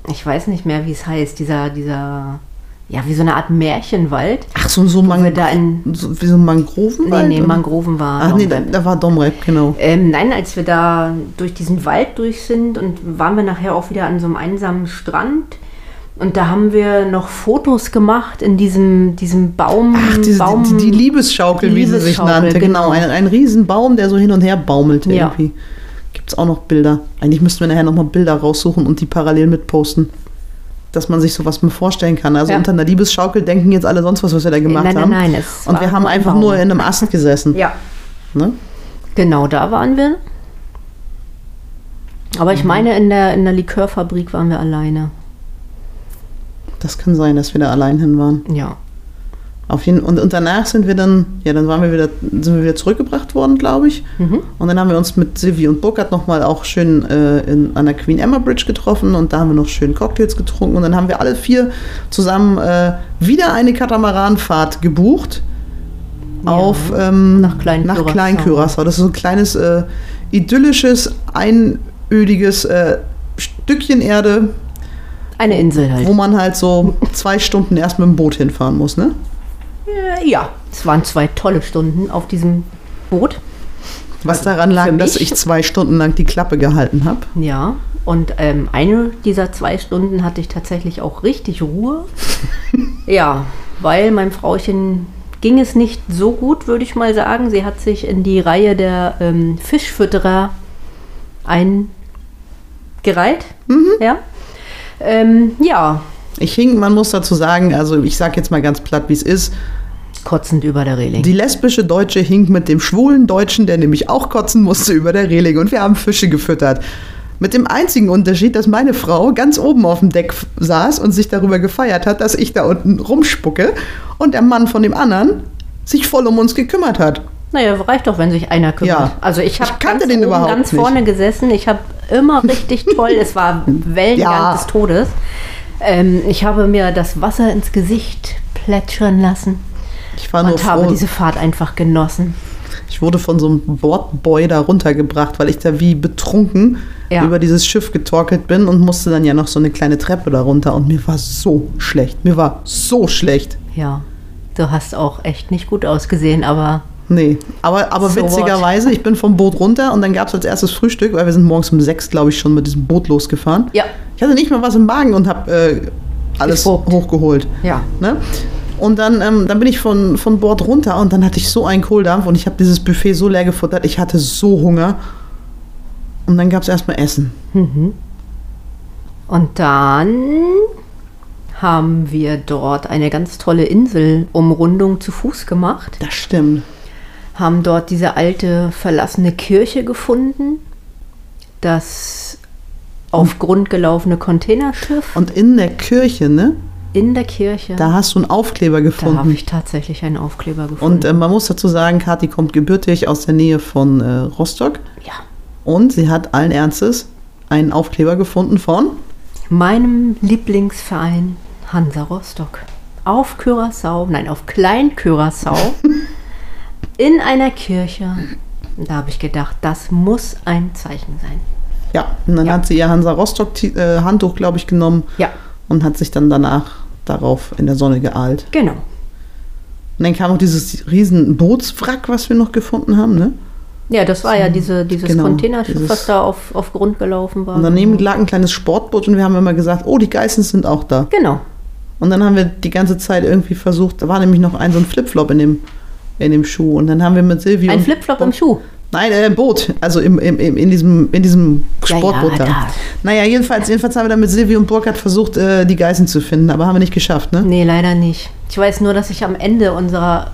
[SPEAKER 3] Ich weiß nicht mehr, wie es heißt. Dieser, dieser. Ja, wie so eine Art Märchenwald.
[SPEAKER 2] Ach, so, so,
[SPEAKER 3] Wo wir
[SPEAKER 2] Mang
[SPEAKER 3] da in.
[SPEAKER 2] so, wie so ein
[SPEAKER 3] Nee,
[SPEAKER 2] Mangrovenwald?
[SPEAKER 3] nee,
[SPEAKER 2] oder?
[SPEAKER 3] Mangroven war.
[SPEAKER 2] Ach nee, da,
[SPEAKER 3] Dornwald.
[SPEAKER 2] da war Domrep, genau.
[SPEAKER 3] Ähm, nein, als wir da durch diesen Wald durch sind und waren wir nachher auch wieder an so einem einsamen Strand. Und da haben wir noch Fotos gemacht in diesem, diesem Baum.
[SPEAKER 2] Ach, diese,
[SPEAKER 3] Baum
[SPEAKER 2] die, die Liebesschaukel,
[SPEAKER 3] die
[SPEAKER 2] wie sie sich
[SPEAKER 3] Liebesschaukel,
[SPEAKER 2] nannte. Genau,
[SPEAKER 3] genau.
[SPEAKER 2] ein, ein Riesenbaum, der so hin und her baumelt
[SPEAKER 3] Ja.
[SPEAKER 2] irgendwie. Gibt es auch noch Bilder. Eigentlich müssten wir nachher nochmal Bilder raussuchen und die parallel mitposten. Dass man sich sowas mal vorstellen kann. Also
[SPEAKER 3] Ja.
[SPEAKER 2] unter einer Liebesschaukel denken jetzt alle sonst was, was wir da gemacht
[SPEAKER 3] Äh, Nein, nein,
[SPEAKER 2] haben.
[SPEAKER 3] nein, es
[SPEAKER 2] und
[SPEAKER 3] war
[SPEAKER 2] wir haben
[SPEAKER 3] ein
[SPEAKER 2] einfach
[SPEAKER 3] Baum.
[SPEAKER 2] nur in einem Ast gesessen.
[SPEAKER 3] ja,
[SPEAKER 2] Ne?
[SPEAKER 3] genau da waren wir. Aber ich meine, in der, in der Likörfabrik waren wir alleine.
[SPEAKER 2] Das kann sein, dass wir da allein hin waren.
[SPEAKER 3] Ja.
[SPEAKER 2] Auf jeden, und, und danach sind wir dann, ja, dann waren wir wieder, sind wir wieder zurückgebracht worden, glaube ich. Und dann haben wir uns mit Silvi und Burkhard nochmal auch schön äh, in, an der Queen Emma Bridge getroffen und da haben wir noch schön Cocktails getrunken. Und dann haben wir alle vier zusammen äh, wieder eine Katamaranfahrt gebucht auf ähm,
[SPEAKER 3] nach Klein-
[SPEAKER 2] nach
[SPEAKER 3] Curaçao.
[SPEAKER 2] Klein Curaçao. Das ist so ein kleines äh, idyllisches, einödiges äh, Stückchen Erde,
[SPEAKER 3] Eine Insel
[SPEAKER 2] wo
[SPEAKER 3] halt.
[SPEAKER 2] man halt so zwei Stunden erst mit dem Boot hinfahren muss, ne?
[SPEAKER 3] Äh, Ja, es waren zwei tolle Stunden auf diesem Boot.
[SPEAKER 2] Was daran lag,
[SPEAKER 3] Also für
[SPEAKER 2] dass
[SPEAKER 3] mich-
[SPEAKER 2] ich zwei Stunden lang die Klappe gehalten habe.
[SPEAKER 3] Ja, und ähm, eine dieser zwei Stunden hatte ich tatsächlich auch richtig Ruhe. ja, weil meinem Frauchen ging es nicht so gut, würde ich mal sagen. Sie hat sich in die Reihe der ähm, Fischfütterer eingereiht. Ja. Ähm, ja,
[SPEAKER 2] Ich hing, man muss dazu sagen, also ich sag jetzt mal ganz platt, wie es ist.
[SPEAKER 3] kotzend über der Reling.
[SPEAKER 2] Die lesbische Deutsche hing mit dem schwulen Deutschen, der nämlich auch kotzen musste, über der Reling und wir haben Fische gefüttert. Mit dem einzigen Unterschied, dass meine Frau ganz oben auf dem Deck f- saß und sich darüber gefeiert hat, dass ich da unten rumspucke und der Mann von dem anderen sich voll um uns gekümmert hat.
[SPEAKER 3] Naja, reicht doch, wenn sich einer kümmert.
[SPEAKER 2] Ja.
[SPEAKER 3] Also ich habe
[SPEAKER 2] Ich kannte den überhaupt
[SPEAKER 3] ganz
[SPEAKER 2] nicht.
[SPEAKER 3] vorne gesessen. Ich habe immer richtig toll. es war Wellengang
[SPEAKER 2] Ja.
[SPEAKER 3] des Todes. Ähm, ich habe mir das Wasser ins Gesicht plätschern lassen
[SPEAKER 2] Ich war nur
[SPEAKER 3] und habe
[SPEAKER 2] froh.
[SPEAKER 3] diese Fahrt einfach genossen.
[SPEAKER 2] Ich wurde von so einem Bordboy da runtergebracht, weil ich da wie betrunken
[SPEAKER 3] Ja.
[SPEAKER 2] über dieses Schiff getorkelt bin und musste dann ja noch so eine kleine Treppe da runter und mir war so schlecht. Mir war so schlecht.
[SPEAKER 3] Ja, du hast auch echt nicht gut ausgesehen, aber
[SPEAKER 2] Nee, aber, aber
[SPEAKER 3] So what?
[SPEAKER 2] witzigerweise, ich bin vom Boot runter und dann gab es als erstes Frühstück, weil wir sind morgens um sechs, glaube ich, schon mit diesem Boot losgefahren.
[SPEAKER 3] Ja.
[SPEAKER 2] Ich hatte nicht mal was im Magen und habe äh, alles
[SPEAKER 3] Gespuckt.
[SPEAKER 2] hochgeholt.
[SPEAKER 3] Ja.
[SPEAKER 2] Ne? Und dann, ähm, dann bin ich von, von Bord runter und dann hatte ich so einen Kohldampf und ich habe dieses Buffet so leer gefuttert, ich hatte so Hunger. Und dann gab es erstmal Essen.
[SPEAKER 3] Und dann haben wir dort eine ganz tolle Inselumrundung zu Fuß gemacht.
[SPEAKER 2] Das stimmt.
[SPEAKER 3] haben dort diese alte verlassene Kirche gefunden, das auf Grund gelaufene Containerschiff
[SPEAKER 2] Und in der Kirche, ne,
[SPEAKER 3] in der Kirche.
[SPEAKER 2] da hast du einen Aufkleber
[SPEAKER 3] da habe
[SPEAKER 2] gefunden.
[SPEAKER 3] ich tatsächlich einen Aufkleber
[SPEAKER 2] und
[SPEAKER 3] gefunden.
[SPEAKER 2] äh, man muss dazu sagen, Kathi kommt gebürtig aus der Nähe von äh, Rostock.
[SPEAKER 3] ja,
[SPEAKER 2] Und sie hat allen Ernstes einen Aufkleber gefunden von.
[SPEAKER 3] meinem Lieblingsverein Hansa Rostock. Auf Curaçao, nein, auf Klein Curaçao, in einer Kirche. Da habe ich gedacht, das muss ein Zeichen sein.
[SPEAKER 2] Ja, und dann
[SPEAKER 3] Ja.
[SPEAKER 2] hat sie ihr Hansa Rostock-Handtuch, glaube ich, genommen
[SPEAKER 3] Ja,
[SPEAKER 2] und hat sich dann danach darauf in der Sonne geahlt.
[SPEAKER 3] genau.
[SPEAKER 2] Und dann kam auch dieses riesen Bootswrack, was wir noch gefunden haben, ne?
[SPEAKER 3] Ja, das war ja diese, dieses
[SPEAKER 2] Genau,
[SPEAKER 3] Containerschiff,
[SPEAKER 2] dieses-
[SPEAKER 3] was da auf, auf Grund gelaufen war.
[SPEAKER 2] Und daneben lag ein kleines Sportboot und wir haben immer gesagt, oh, die Geißen sind auch da.
[SPEAKER 3] Genau.
[SPEAKER 2] Und dann haben wir die ganze Zeit irgendwie versucht, da war nämlich noch ein so ein Flipflop in dem, in dem Schuh. Und dann haben wir mit Silvio.
[SPEAKER 3] Ein
[SPEAKER 2] und-
[SPEAKER 3] Flipflop im Schuh.
[SPEAKER 2] Nein, äh, im Boot. Also im, im, im, in diesem, in diesem
[SPEAKER 3] Ja,
[SPEAKER 2] Sportboot
[SPEAKER 3] ja,
[SPEAKER 2] da.
[SPEAKER 3] da.
[SPEAKER 2] Naja, jedenfalls, jedenfalls haben wir dann mit Silvio und Burkhard versucht, äh, die Geißen zu finden, aber haben wir nicht geschafft, ne?
[SPEAKER 3] Nee, leider nicht. Ich weiß nur, dass ich am Ende unserer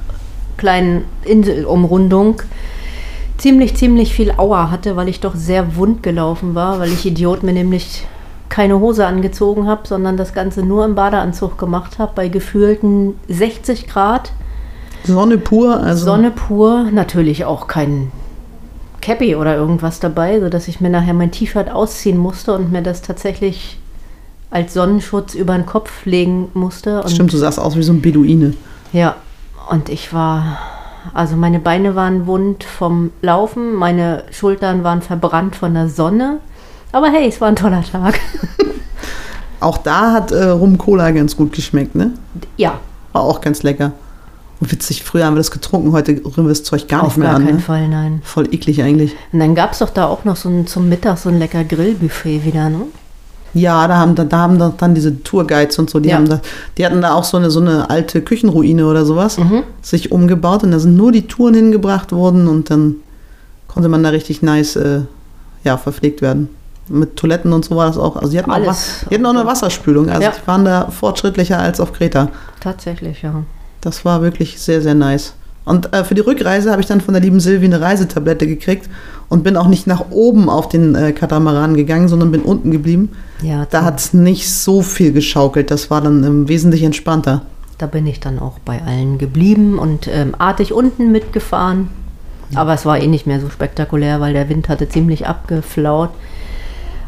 [SPEAKER 3] kleinen Inselumrundung ziemlich, ziemlich viel Auer hatte, weil ich doch sehr wund gelaufen war, weil ich Idiot mir nämlich keine Hose angezogen habe, sondern das Ganze nur im Badeanzug gemacht habe, bei gefühlten 60 Grad,
[SPEAKER 2] Sonne pur, also.
[SPEAKER 3] Sonne pur, natürlich auch kein Cappy oder irgendwas dabei, sodass ich mir nachher mein T-Shirt ausziehen musste und mir das tatsächlich als Sonnenschutz über den Kopf legen musste. Und
[SPEAKER 2] Stimmt, du sahst aus wie so ein Beduine.
[SPEAKER 3] ja, und ich war, also meine Beine waren wund vom Laufen, meine Schultern waren verbrannt von der Sonne. Aber hey, es war ein toller Tag.
[SPEAKER 2] Auch da hat äh, Rum Cola ganz gut geschmeckt, ne?
[SPEAKER 3] Ja,
[SPEAKER 2] War auch ganz lecker. Und witzig, früher haben wir das getrunken, heute rühren wir das Zeug gar nicht
[SPEAKER 3] auf
[SPEAKER 2] mehr
[SPEAKER 3] gar
[SPEAKER 2] an.
[SPEAKER 3] keinen
[SPEAKER 2] Ne?
[SPEAKER 3] Fall, nein.
[SPEAKER 2] Voll eklig eigentlich.
[SPEAKER 3] Und dann gab es doch da auch noch so ein, zum Mittag so ein lecker Grillbuffet wieder, ne?
[SPEAKER 2] Ja, da haben da, da haben da dann diese Tourguides und so, die
[SPEAKER 3] Ja.
[SPEAKER 2] haben da, die hatten da auch so eine so eine alte Küchenruine oder sowas
[SPEAKER 3] Mhm.
[SPEAKER 2] sich umgebaut und da sind nur die Touren hingebracht worden und dann konnte man da richtig nice äh, ja, verpflegt werden. Mit Toiletten und so war das auch. Also die hatten, auch,
[SPEAKER 3] Alles.
[SPEAKER 2] was- die hatten auch eine Wasserspülung. Also
[SPEAKER 3] Ja.
[SPEAKER 2] die waren da fortschrittlicher als auf Kreta.
[SPEAKER 3] Tatsächlich, ja.
[SPEAKER 2] Das war wirklich sehr, sehr nice. Und äh, für die Rückreise habe ich dann von der lieben Silvi eine Reisetablette gekriegt und bin auch nicht nach oben auf den äh, Katamaran gegangen, sondern bin unten geblieben.
[SPEAKER 3] Ja,
[SPEAKER 2] Da hat es nicht so viel geschaukelt. Das war dann ähm, wesentlich entspannter.
[SPEAKER 3] da bin ich dann auch bei allen geblieben und ähm, artig unten mitgefahren. Aber es war eh nicht mehr so spektakulär, weil der Wind hatte ziemlich abgeflaut.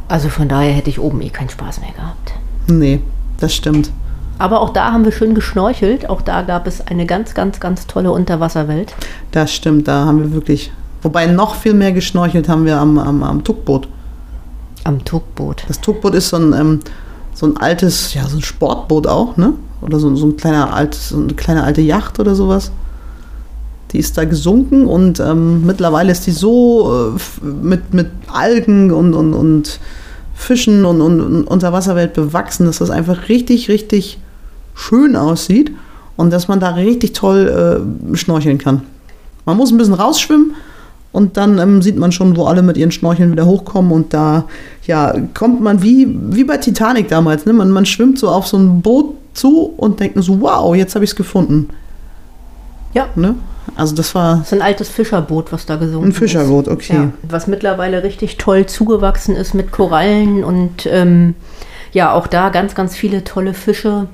[SPEAKER 3] Also von daher hätte ich oben eh keinen Spaß mehr gehabt.
[SPEAKER 2] Nee, das stimmt.
[SPEAKER 3] Aber auch da haben wir schön geschnorchelt. Auch da gab es eine ganz, ganz, ganz tolle Unterwasserwelt.
[SPEAKER 2] Das stimmt, da haben wir wirklich. Wobei noch viel mehr geschnorchelt haben wir am, am, am Tuckboot.
[SPEAKER 3] Am Tugboot.
[SPEAKER 2] Das Tuckboot ist so ein, ähm, so ein altes, ja, so ein Sportboot auch, ne? Oder so, so, ein kleiner altes, so eine kleine alte Yacht oder sowas. Die ist da gesunken und ähm, mittlerweile ist die so äh, f- mit, mit Algen und, und, und Fischen und, und, und Unterwasserwelt bewachsen, dass das einfach richtig, richtig schön aussieht und dass man da richtig toll äh, schnorcheln kann. Man muss ein bisschen rausschwimmen und dann ähm, sieht man schon, wo alle mit ihren Schnorcheln wieder hochkommen und da ja, kommt man wie, wie bei Titanic damals. Ne? Man, man schwimmt so auf so ein Boot zu und denkt nur so, wow, jetzt habe ich es gefunden.
[SPEAKER 3] Ja.
[SPEAKER 2] Ne? Also das war
[SPEAKER 3] Das ist ein altes Fischerboot, was da gesunken
[SPEAKER 2] ein
[SPEAKER 3] ist.
[SPEAKER 2] Fischerboot, okay.
[SPEAKER 3] Ja, was mittlerweile richtig toll zugewachsen ist mit Korallen und ähm, ja, auch da ganz, ganz viele tolle Fische.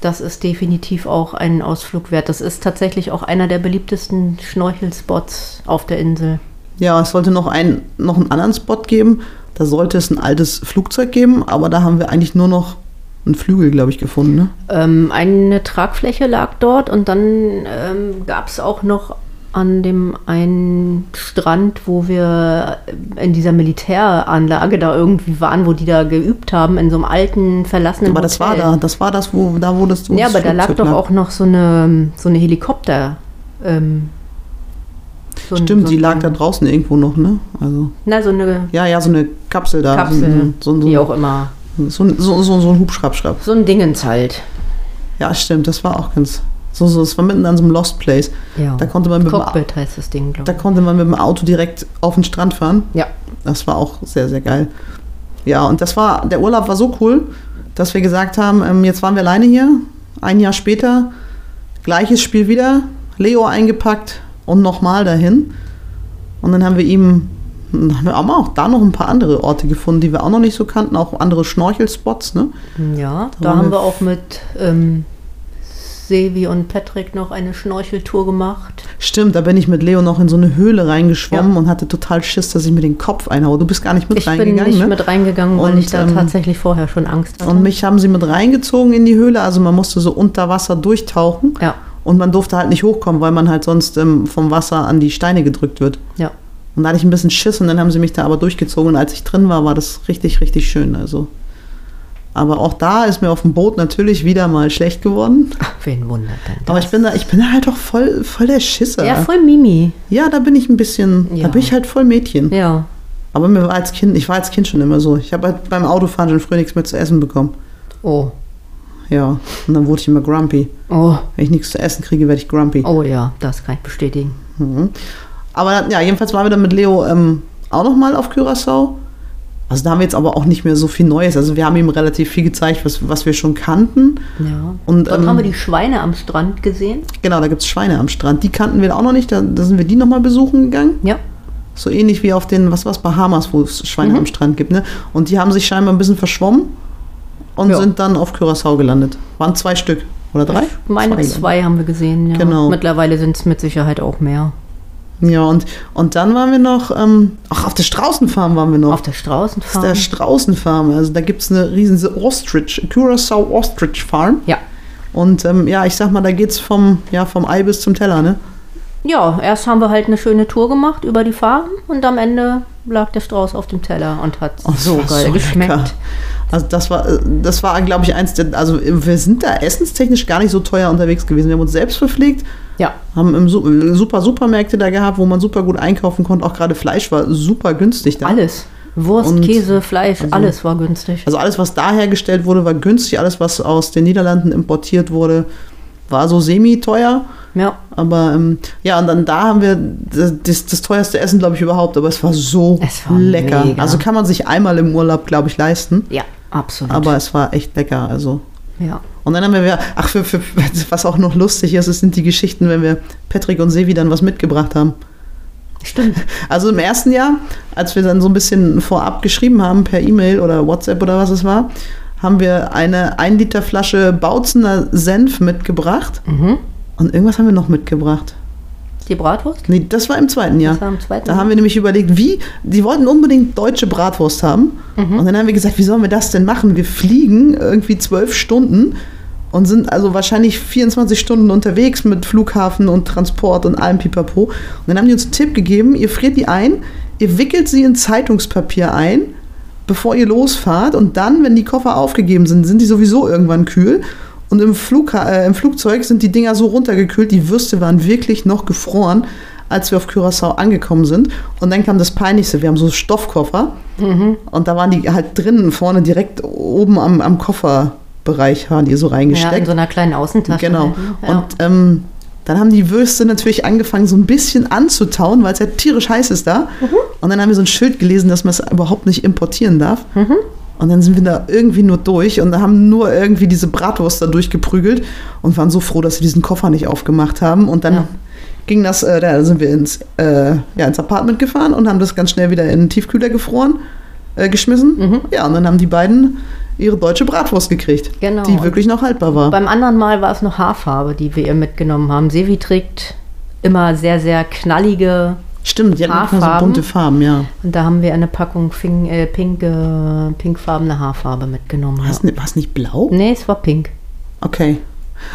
[SPEAKER 3] Das ist definitiv auch einen Ausflug wert. Das ist tatsächlich auch einer der beliebtesten Schnorchelspots auf der Insel.
[SPEAKER 2] Ja, es sollte noch einen, noch einen anderen Spot geben. Da sollte es ein altes Flugzeug geben, aber da haben wir eigentlich nur noch einen Flügel, glaube ich, gefunden. Ne?
[SPEAKER 3] Ähm, eine Tragfläche lag dort und dann ähm, gab es auch noch an dem einen Strand, wo wir in dieser Militäranlage da irgendwie waren, wo die da geübt haben, in so einem alten, verlassenen
[SPEAKER 2] Aber das war
[SPEAKER 3] Hotel.
[SPEAKER 2] da, das war das, wo, da wo das wo
[SPEAKER 3] Ja,
[SPEAKER 2] das
[SPEAKER 3] aber da lag
[SPEAKER 2] Flugzeug
[SPEAKER 3] doch auch noch so eine, so eine Helikopter. Ähm, so ein-
[SPEAKER 2] Stimmt,
[SPEAKER 3] so
[SPEAKER 2] die
[SPEAKER 3] ein-
[SPEAKER 2] lag da draußen irgendwo noch, ne? Also,
[SPEAKER 3] Na, so eine
[SPEAKER 2] ja, ja, so eine Kapsel da.
[SPEAKER 3] Kapsel,
[SPEAKER 2] So, ein- so,
[SPEAKER 3] wie
[SPEAKER 2] ein-
[SPEAKER 3] auch immer.
[SPEAKER 2] so, ein- so, so, so ein Hubschrappschrapp.
[SPEAKER 3] So ein Dingens halt.
[SPEAKER 2] Ja, stimmt, das war auch ganz. So, so, das war mitten an so einem Lost Place.
[SPEAKER 3] Ja.
[SPEAKER 2] Da konnte man mit, dem, Au-
[SPEAKER 3] Cockpit heißt das Ding,
[SPEAKER 2] da
[SPEAKER 3] glaube ich.
[SPEAKER 2] konnte man mit dem Auto direkt auf den Strand fahren.
[SPEAKER 3] Ja.
[SPEAKER 2] Das war auch sehr, sehr geil. Ja, und das war, der Urlaub war so cool, dass wir gesagt haben, ähm, jetzt waren wir alleine hier, ein Jahr später, gleiches Spiel wieder, Leo eingepackt und nochmal dahin. Und dann haben wir ihm, dann haben wir aber auch da noch ein paar andere Orte gefunden, die wir auch noch nicht so kannten, auch andere Schnorchelspots, ne?
[SPEAKER 3] Ja,
[SPEAKER 2] Da
[SPEAKER 3] da
[SPEAKER 2] haben
[SPEAKER 3] haben
[SPEAKER 2] wir-
[SPEAKER 3] wir auch mit ähm, Sevi und Patrick noch eine Schnorcheltour gemacht.
[SPEAKER 2] Stimmt, da bin ich mit Leo noch in so eine Höhle reingeschwommen
[SPEAKER 3] Ja.
[SPEAKER 2] und hatte total Schiss, dass ich mir den Kopf einhaue. Du bist gar nicht mit
[SPEAKER 3] Ich bin
[SPEAKER 2] reingegangen,
[SPEAKER 3] nicht
[SPEAKER 2] ne?
[SPEAKER 3] mit reingegangen, weil
[SPEAKER 2] Und,
[SPEAKER 3] ich da
[SPEAKER 2] ähm,
[SPEAKER 3] tatsächlich vorher schon Angst hatte.
[SPEAKER 2] Und mich haben sie mit reingezogen in die Höhle, also man musste so unter Wasser durchtauchen.
[SPEAKER 3] Ja,
[SPEAKER 2] Und man durfte halt nicht hochkommen, weil man halt sonst ähm, vom Wasser an die Steine gedrückt wird.
[SPEAKER 3] ja.
[SPEAKER 2] Und da hatte ich ein bisschen Schiss und dann haben sie mich da aber durchgezogen. Und als ich drin war, war das richtig, richtig schön. Also. Aber auch da ist mir auf dem Boot natürlich wieder mal schlecht geworden.
[SPEAKER 3] Wen wundert denn das?
[SPEAKER 2] Aber ich bin da, ich bin da halt auch voll, voll der Schisser.
[SPEAKER 3] Ja, voll Mimi.
[SPEAKER 2] Ja, da bin ich ein bisschen,
[SPEAKER 3] Ja.
[SPEAKER 2] da bin ich halt voll Mädchen.
[SPEAKER 3] Ja.
[SPEAKER 2] Aber mir war als Kind, ich war als Kind schon immer so. Ich habe halt beim Autofahren schon früher nichts mehr zu essen bekommen.
[SPEAKER 3] Oh.
[SPEAKER 2] Ja, und dann wurde ich immer grumpy.
[SPEAKER 3] Oh.
[SPEAKER 2] Wenn ich nichts zu essen kriege, werde ich grumpy.
[SPEAKER 3] Oh ja, das kann ich bestätigen.
[SPEAKER 2] Mhm. Aber ja, jedenfalls waren wir dann mit Leo ähm, auch nochmal auf Curaçao. Also da haben wir jetzt aber auch nicht mehr so viel Neues. Also wir haben ihm relativ viel gezeigt, was, was wir schon kannten.
[SPEAKER 3] Ja.
[SPEAKER 2] Und,
[SPEAKER 3] Dort
[SPEAKER 2] ähm,
[SPEAKER 3] haben wir die Schweine am Strand gesehen.
[SPEAKER 2] Genau, da gibt es Schweine am Strand. Die kannten wir auch noch nicht. Da, da sind wir die nochmal besuchen gegangen.
[SPEAKER 3] Ja.
[SPEAKER 2] So ähnlich wie auf den, was war's, Bahamas, wo es Schweine
[SPEAKER 3] Mhm.
[SPEAKER 2] am Strand gibt. Ne? Und die haben sich scheinbar ein bisschen verschwommen und
[SPEAKER 3] Ja.
[SPEAKER 2] sind dann auf Curaçao gelandet. Waren zwei Stück oder drei?
[SPEAKER 3] Ich meine, zwei,
[SPEAKER 2] glaub ich.
[SPEAKER 3] haben wir gesehen. Ja.
[SPEAKER 2] Genau.
[SPEAKER 3] Mittlerweile sind es mit Sicherheit auch mehr.
[SPEAKER 2] Ja, und, und dann waren wir noch, ähm, ach, auf der Straußenfarm waren wir noch.
[SPEAKER 3] Auf der
[SPEAKER 2] Das
[SPEAKER 3] Straußenfarm.
[SPEAKER 2] ist der Straußenfarm. Also da gibt es eine riesige Ostrich, Curacao Ostrich Farm.
[SPEAKER 3] ja.
[SPEAKER 2] Und ähm, ja, ich sag mal, da geht's vom, ja, vom Ei bis zum Teller, ne?
[SPEAKER 3] Ja, erst haben wir halt eine schöne Tour gemacht über die Farm und am Ende lag der Strauß auf dem Teller und hat
[SPEAKER 2] Oh, das
[SPEAKER 3] so
[SPEAKER 2] war
[SPEAKER 3] geil
[SPEAKER 2] lecker.
[SPEAKER 3] geschmeckt.
[SPEAKER 2] Also das war, äh, das war, glaube ich, eins der, also wir sind da essenstechnisch gar nicht so teuer unterwegs gewesen. Wir haben uns selbst verpflegt,
[SPEAKER 3] Ja,
[SPEAKER 2] haben im Su- äh, super Supermärkte da gehabt, wo man super gut einkaufen konnte. Auch gerade Fleisch war super günstig da.
[SPEAKER 3] alles. Wurst,
[SPEAKER 2] Und-
[SPEAKER 3] Käse, Fleisch, alles war günstig.
[SPEAKER 2] Also alles, was da hergestellt wurde, war günstig. Alles, was aus den Niederlanden importiert wurde, war so semi-teuer.
[SPEAKER 3] ja,
[SPEAKER 2] Aber ähm, ja, und dann da haben wir das, das, das teuerste Essen, glaube ich, überhaupt. Aber es war so
[SPEAKER 3] Es war
[SPEAKER 2] lecker.
[SPEAKER 3] mega.
[SPEAKER 2] Also kann man sich einmal im Urlaub, glaube ich, leisten.
[SPEAKER 3] ja, absolut.
[SPEAKER 2] Aber es war echt lecker. Also
[SPEAKER 3] ja.
[SPEAKER 2] Und dann haben wir, wieder- ach, für, für, was auch noch lustig ist, es sind die Geschichten, wenn wir Patrick und Sevi dann was mitgebracht haben.
[SPEAKER 3] Stimmt.
[SPEAKER 2] Also im ersten Jahr, als wir dann so ein bisschen vorab geschrieben haben, per E-Mail oder WhatsApp oder was es war, haben wir eine 1 Liter Flasche Bautzener Senf mitgebracht.
[SPEAKER 3] Mhm.
[SPEAKER 2] Und irgendwas haben wir noch mitgebracht.
[SPEAKER 3] Die Bratwurst?
[SPEAKER 2] Nee, das war im zweiten Jahr.
[SPEAKER 3] Das war im zweiten
[SPEAKER 2] da
[SPEAKER 3] Jahr.
[SPEAKER 2] haben wir nämlich überlegt, wie, die wollten unbedingt deutsche Bratwurst haben. Und dann haben wir gesagt, wie sollen wir das denn machen? Wir fliegen irgendwie zwölf Stunden und sind also wahrscheinlich 24 Stunden unterwegs mit Flughafen und Transport und allem Pipapo. Und dann haben die uns einen Tipp gegeben, ihr friert die ein, ihr wickelt sie in Zeitungspapier ein, bevor ihr losfahrt. Und dann, wenn die Koffer aufgegeben sind, sind die sowieso irgendwann kühl. Und im, Flug, äh, im Flugzeug sind die Dinger so runtergekühlt, die Würste waren wirklich noch gefroren, als wir auf Curaçao angekommen sind. Und dann kam das Peinlichste, wir haben so Stoffkoffer und da waren die halt drinnen vorne direkt oben am, am Kofferbereich waren die so
[SPEAKER 3] Ja, in
[SPEAKER 2] reingesteckt.
[SPEAKER 3] so einer kleinen Außentasche.
[SPEAKER 2] Genau.
[SPEAKER 3] halten. Ja.
[SPEAKER 2] Und ähm, dann haben die Würste natürlich angefangen, so ein bisschen anzutauen, weil es ja tierisch heiß ist da.
[SPEAKER 3] Mhm.
[SPEAKER 2] Und dann haben wir so ein Schild gelesen, dass man es überhaupt nicht importieren darf.
[SPEAKER 3] Mhm.
[SPEAKER 2] Und dann sind wir da irgendwie nur durch und da haben nur irgendwie diese Bratwurst da durchgeprügelt und waren so froh, dass wir diesen Koffer nicht aufgemacht haben. Und dann
[SPEAKER 3] Ja.
[SPEAKER 2] ging das, äh, da sind wir ins, äh, ja, ins Apartment gefahren und haben das ganz schnell wieder in den Tiefkühler gefroren, äh, geschmissen.
[SPEAKER 3] Mhm.
[SPEAKER 2] Ja, und dann haben die beiden ihre deutsche Bratwurst gekriegt,
[SPEAKER 3] Genau.
[SPEAKER 2] die wirklich noch haltbar war.
[SPEAKER 3] Beim anderen Mal war es noch Haarfarbe, die wir ihr mitgenommen haben. Sevi trägt immer sehr, sehr knallige.
[SPEAKER 2] Stimmt, die hatten immer so
[SPEAKER 3] Haarfarben.
[SPEAKER 2] bunte Farben, ja.
[SPEAKER 3] Und da haben wir eine Packung fing, äh, pink, äh, pinkfarbene Haarfarbe mitgenommen.
[SPEAKER 2] War
[SPEAKER 3] Ja.
[SPEAKER 2] es nicht, war's nicht blau?
[SPEAKER 3] Nee, es war pink.
[SPEAKER 2] Okay.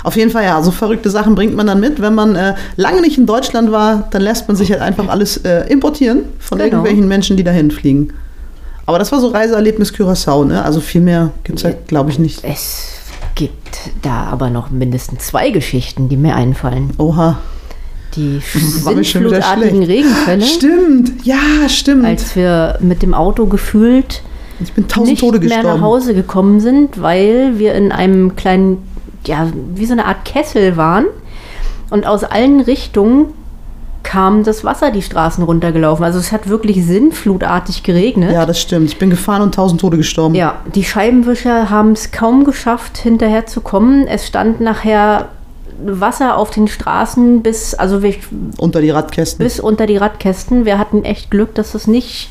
[SPEAKER 2] Auf jeden Fall, ja, so verrückte Sachen bringt man dann mit. Wenn man äh, lange nicht in Deutschland war, dann lässt man sich halt einfach alles äh, importieren von
[SPEAKER 3] Genau.
[SPEAKER 2] irgendwelchen Menschen, die dahin fliegen. Aber das war so Reiseerlebnis Curaçao, ne? Also viel mehr gibt es halt, glaube ich, nicht.
[SPEAKER 3] Es gibt da aber noch mindestens zwei Geschichten, die mir einfallen.
[SPEAKER 2] Oha.
[SPEAKER 3] Die
[SPEAKER 2] War mir schon wieder
[SPEAKER 3] sinnflutartigen
[SPEAKER 2] schlecht.
[SPEAKER 3] Regenfälle,
[SPEAKER 2] Stimmt, ja, stimmt.
[SPEAKER 3] als wir mit dem Auto gefühlt
[SPEAKER 2] ich bin tausend
[SPEAKER 3] nicht
[SPEAKER 2] Tode
[SPEAKER 3] mehr nach
[SPEAKER 2] gestorben.
[SPEAKER 3] Hause gekommen sind, weil wir in einem kleinen, ja, wie so eine Art Kessel waren. Und aus allen Richtungen kam das Wasser die Straßen runtergelaufen. Also es hat wirklich sinnflutartig geregnet.
[SPEAKER 2] Ja, das stimmt. Ich bin gefahren und tausend Tode gestorben.
[SPEAKER 3] Ja, die Scheibenwischer haben es kaum geschafft, hinterher zu kommen. Es stand nachher Wasser auf den Straßen bis, also wir,
[SPEAKER 2] Unter die Radkästen.
[SPEAKER 3] bis unter die Radkästen. Wir hatten echt Glück, dass es nicht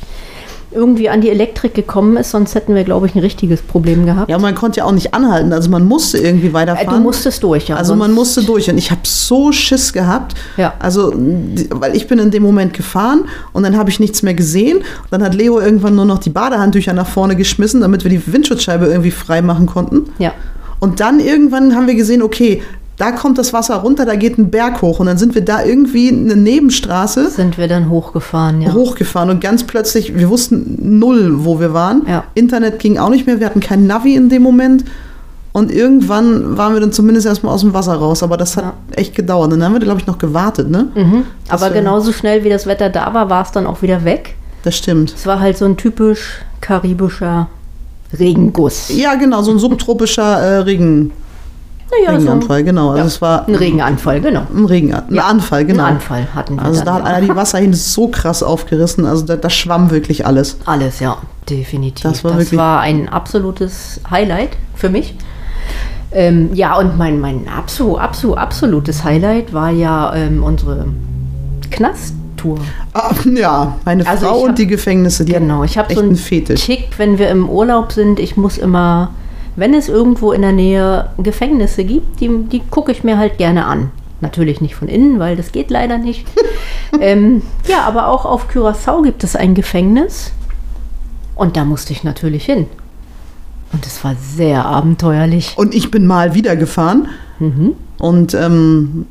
[SPEAKER 3] irgendwie an die Elektrik gekommen ist, sonst hätten wir, glaube ich, ein richtiges Problem gehabt.
[SPEAKER 2] Ja, man konnte ja auch nicht anhalten. Also man musste irgendwie
[SPEAKER 3] Äh,
[SPEAKER 2] weiterfahren.
[SPEAKER 3] Du musstest durch, ja.
[SPEAKER 2] Also man
[SPEAKER 3] sonst-
[SPEAKER 2] musste durch und ich habe so Schiss gehabt.
[SPEAKER 3] Ja.
[SPEAKER 2] Also, die- weil ich bin in dem Moment gefahren und dann habe ich nichts mehr gesehen. Dann hat Leo irgendwann nur noch die Badehandtücher nach vorne geschmissen, damit wir die Windschutzscheibe irgendwie frei machen konnten.
[SPEAKER 3] Ja.
[SPEAKER 2] Und dann irgendwann haben wir gesehen, okay, Da kommt das Wasser runter, da geht ein Berg hoch und dann sind wir da irgendwie eine Nebenstraße
[SPEAKER 3] Sind wir dann hochgefahren, ja.
[SPEAKER 2] hochgefahren und ganz plötzlich, wir wussten null, wo wir waren.
[SPEAKER 3] Ja.
[SPEAKER 2] Internet ging auch nicht mehr, wir hatten kein Navi in dem Moment. Und irgendwann waren wir dann zumindest erstmal aus dem Wasser raus, aber das hat
[SPEAKER 3] Ja.
[SPEAKER 2] echt gedauert. Und dann haben wir, glaube ich, noch gewartet, ne?
[SPEAKER 3] Mhm. Aber
[SPEAKER 2] Das, äh,
[SPEAKER 3] genauso schnell wie das Wetter da war, war es dann auch wieder weg.
[SPEAKER 2] Das stimmt.
[SPEAKER 3] Es war halt so ein typisch karibischer Regenguss.
[SPEAKER 2] Ja, genau, so ein subtropischer äh, Regen,
[SPEAKER 3] Naja, so ein
[SPEAKER 2] Regenanfall, genau. Also
[SPEAKER 3] ja.
[SPEAKER 2] es war
[SPEAKER 3] ein Regenanfall, genau.
[SPEAKER 2] ein Regenanfall,
[SPEAKER 3] Ja,
[SPEAKER 2] ein Anfall, genau.
[SPEAKER 3] Ein Anfall hatten wir
[SPEAKER 2] Also
[SPEAKER 3] dann,
[SPEAKER 2] da hat
[SPEAKER 3] ja.
[SPEAKER 2] einer die Wasserhähne so krass aufgerissen, also da, da schwamm wirklich alles.
[SPEAKER 3] Alles, ja, definitiv.
[SPEAKER 2] Das war
[SPEAKER 3] das
[SPEAKER 2] wirklich-
[SPEAKER 3] war ein absolutes Highlight für mich. Ähm, ja, und mein, mein absol, absol, absolutes Highlight war ja ähm, unsere Knasttour.
[SPEAKER 2] Ah, ja, meine
[SPEAKER 3] Also
[SPEAKER 2] Frau
[SPEAKER 3] ich hab-
[SPEAKER 2] und die Gefängnisse, die
[SPEAKER 3] Genau, ich habe
[SPEAKER 2] echt
[SPEAKER 3] so einen
[SPEAKER 2] einen Fetisch.
[SPEAKER 3] Tick, wenn wir im Urlaub sind. Ich muss immer, wenn es irgendwo in der Nähe Gefängnisse gibt, die, die gucke ich mir halt gerne an. Natürlich nicht von innen, weil das geht leider nicht. ähm, ja, aber auch auf Curaçao gibt es ein Gefängnis. Und da musste ich natürlich hin. Und es war sehr abenteuerlich.
[SPEAKER 2] Und ich bin mal wieder gefahren. Und ähm,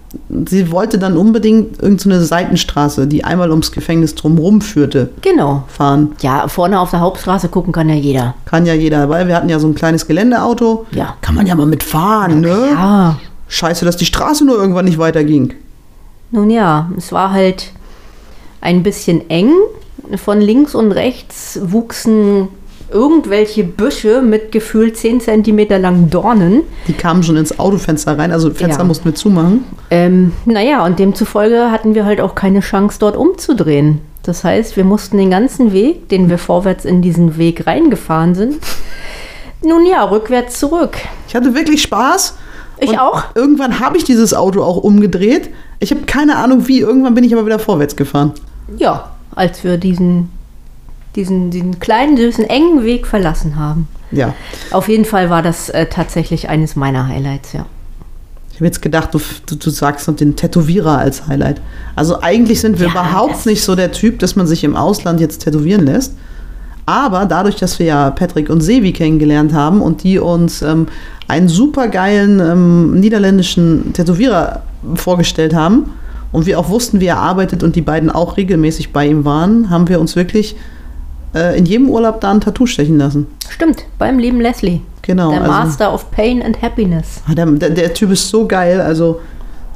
[SPEAKER 2] sie wollte dann unbedingt irgendeine so Seitenstraße, die einmal ums Gefängnis drumherum führte,
[SPEAKER 3] Genau.
[SPEAKER 2] fahren.
[SPEAKER 3] Ja, vorne auf der Hauptstraße gucken kann ja jeder.
[SPEAKER 2] Kann ja jeder, weil wir hatten ja so ein kleines Geländeauto.
[SPEAKER 3] Ja.
[SPEAKER 2] Kann man ja mal mitfahren, ne?
[SPEAKER 3] Ja,
[SPEAKER 2] Scheiße, dass die Straße nur irgendwann nicht weiterging.
[SPEAKER 3] Nun ja, es war halt ein bisschen eng. Von links und rechts wuchsen irgendwelche Büsche mit gefühlt 10 cm langen Dornen.
[SPEAKER 2] Die kamen schon ins Autofenster rein, also Fenster
[SPEAKER 3] Ja.
[SPEAKER 2] mussten wir zumachen.
[SPEAKER 3] Ähm, naja, und demzufolge hatten wir halt auch keine Chance, dort umzudrehen. Das heißt, wir mussten den ganzen Weg, den wir vorwärts in diesen Weg reingefahren sind, nun ja, rückwärts zurück.
[SPEAKER 2] Ich hatte wirklich Spaß.
[SPEAKER 3] Ich
[SPEAKER 2] Und
[SPEAKER 3] auch.
[SPEAKER 2] Irgendwann habe ich dieses Auto auch umgedreht. Ich habe keine Ahnung wie. Irgendwann bin ich aber wieder vorwärts gefahren.
[SPEAKER 3] Ja, als wir diesen, diesen, diesen kleinen, süßen, engen Weg verlassen haben.
[SPEAKER 2] Ja.
[SPEAKER 3] Auf jeden Fall war das äh, tatsächlich eines meiner Highlights, ja.
[SPEAKER 2] Ich habe jetzt gedacht, du, du, du sagst noch den Tätowierer als Highlight. Also eigentlich sind wir
[SPEAKER 3] Ja,
[SPEAKER 2] überhaupt
[SPEAKER 3] das-
[SPEAKER 2] nicht so der Typ, dass man sich im Ausland jetzt tätowieren lässt. Aber dadurch, dass wir ja Patrick und Sevi kennengelernt haben und die uns ähm, einen supergeilen ähm, niederländischen Tätowierer vorgestellt haben und wir auch wussten, wie er arbeitet und die beiden auch regelmäßig bei ihm waren, haben wir uns wirklich äh, in jedem Urlaub da ein Tattoo stechen lassen.
[SPEAKER 3] Stimmt, beim lieben Leslie.
[SPEAKER 2] Genau.
[SPEAKER 3] der
[SPEAKER 2] also-
[SPEAKER 3] Master of Pain and Happiness.
[SPEAKER 2] Ah, Der, der, der Typ ist so geil, also.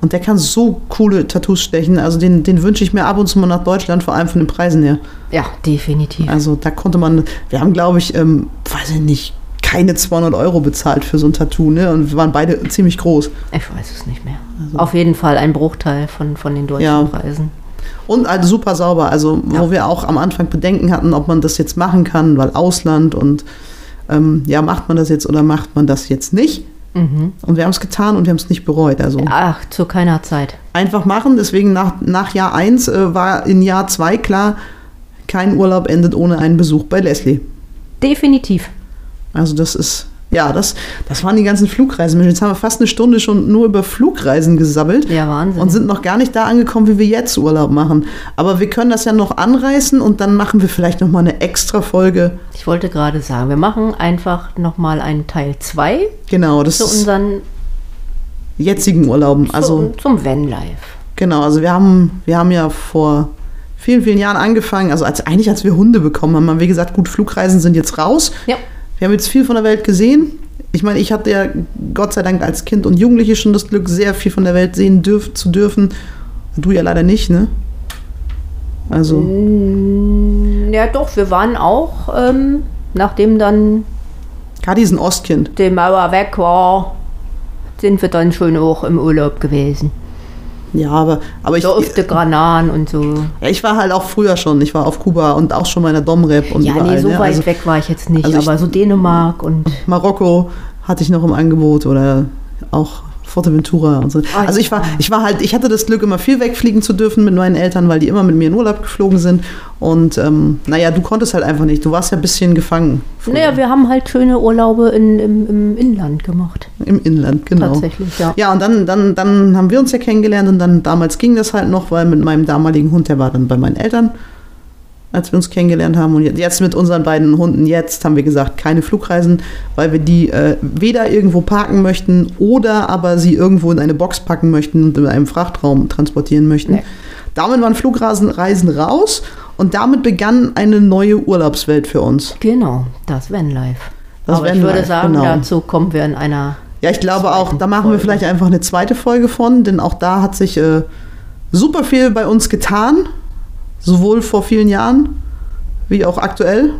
[SPEAKER 2] Und der kann so coole Tattoos stechen. Also den, den wünsche ich mir ab und zu mal nach Deutschland, vor allem von den Preisen her.
[SPEAKER 3] Ja, definitiv.
[SPEAKER 2] Also da konnte man, wir haben glaube ich, ähm, weiß ich nicht, keine 200 Euro bezahlt für so ein Tattoo, ne? Und wir waren beide ziemlich groß.
[SPEAKER 3] Ich weiß es nicht mehr. Auf jeden Fall ein Bruchteil von, von den deutschen
[SPEAKER 2] Also Ja.
[SPEAKER 3] Preisen.
[SPEAKER 2] Und also super sauber. Also wo
[SPEAKER 3] Ja.
[SPEAKER 2] wir auch am Anfang Bedenken hatten, ob man das jetzt machen kann, weil Ausland und ähm, ja, macht man das jetzt oder macht man das jetzt nicht? Und wir haben es getan und wir haben es nicht bereut. Also
[SPEAKER 3] Mhm. Ach, zu keiner Zeit.
[SPEAKER 2] einfach machen. Deswegen nach, nach Jahr 1 äh, war in Jahr 2 klar, kein Urlaub endet ohne einen Besuch bei Leslie.
[SPEAKER 3] Definitiv.
[SPEAKER 2] Also das ist, ja, das, das waren die ganzen Flugreisen. Mensch, Jetzt haben wir fast eine Stunde schon nur über Flugreisen gesabbelt.
[SPEAKER 3] Ja, Wahnsinn.
[SPEAKER 2] Und sind noch gar nicht da angekommen, wie wir jetzt Urlaub machen. Aber wir können das ja noch anreißen und dann machen wir vielleicht noch mal eine extra Folge.
[SPEAKER 3] Ich wollte gerade sagen, wir machen einfach nochmal einen Teil 2
[SPEAKER 2] Genau, das
[SPEAKER 3] zu
[SPEAKER 2] ist
[SPEAKER 3] unseren,
[SPEAKER 2] jetzigen Urlauben. Also
[SPEAKER 3] zu, zum Vanlife.
[SPEAKER 2] Genau, also wir haben, wir haben ja vor vielen, vielen Jahren angefangen, also als, eigentlich als wir Hunde bekommen haben, haben wir gesagt, gut, Flugreisen sind jetzt raus.
[SPEAKER 3] Ja.
[SPEAKER 2] Wir haben jetzt viel von der Welt gesehen. Ich meine, ich hatte ja Gott sei Dank als Kind und Jugendliche schon das Glück, sehr viel von der Welt sehen dürf, zu dürfen. Du ja leider nicht, ne? Also,
[SPEAKER 3] Mhm. Ja, doch, wir waren auch, ähm, nachdem dann
[SPEAKER 2] Kadi ist ein Ostkind.
[SPEAKER 3] die Mauer weg war, sind wir dann schon auch im Urlaub gewesen.
[SPEAKER 2] Ja, aber, aber ich,
[SPEAKER 3] So auf die Granaten und so.
[SPEAKER 2] ja, ich war halt auch früher schon. Ich war auf Kuba und auch schon mal in der Domrep und
[SPEAKER 3] Ja,
[SPEAKER 2] überall.
[SPEAKER 3] nee, so
[SPEAKER 2] ne?
[SPEAKER 3] weit
[SPEAKER 2] also,
[SPEAKER 3] weg war ich jetzt nicht,
[SPEAKER 2] also ich-
[SPEAKER 3] aber so Dänemark und
[SPEAKER 2] Marokko hatte ich noch im Angebot oder auch Forteventura und so. Also ich war, ich war halt, ich hatte das Glück, immer viel wegfliegen zu dürfen mit meinen Eltern, weil die immer mit mir in Urlaub geflogen sind. Und ähm, naja, du konntest halt einfach nicht. Du warst ja ein bisschen gefangen
[SPEAKER 3] naja, wir haben halt schöne Urlaube in, im, im Inland gemacht.
[SPEAKER 2] im Inland, genau.
[SPEAKER 3] Tatsächlich, ja.
[SPEAKER 2] Ja, und dann, dann, dann haben wir uns ja kennengelernt und dann damals ging das halt noch, weil mit meinem damaligen Hund, der war dann bei meinen Eltern. als wir uns kennengelernt haben. Und jetzt- jetzt mit unseren beiden Hunden, jetzt haben wir gesagt, keine Flugreisen, weil wir die äh, weder irgendwo parken möchten oder aber sie irgendwo in eine Box packen möchten und in einem Frachtraum transportieren möchten.
[SPEAKER 3] Nee.
[SPEAKER 2] Damit waren Flugreisen Reisen raus und damit begann eine neue Urlaubswelt für uns.
[SPEAKER 3] Genau, das Vanlife.
[SPEAKER 2] Das
[SPEAKER 3] Aber ich
[SPEAKER 2] Vanlife,
[SPEAKER 3] würde sagen,
[SPEAKER 2] genau.
[SPEAKER 3] dazu kommen wir in einer.
[SPEAKER 2] Ja, ich glaube auch, da machen wir
[SPEAKER 3] Folge.
[SPEAKER 2] vielleicht einfach eine zweite Folge von, denn auch da hat sich äh, super viel bei uns getan, sowohl vor vielen Jahren wie auch aktuell.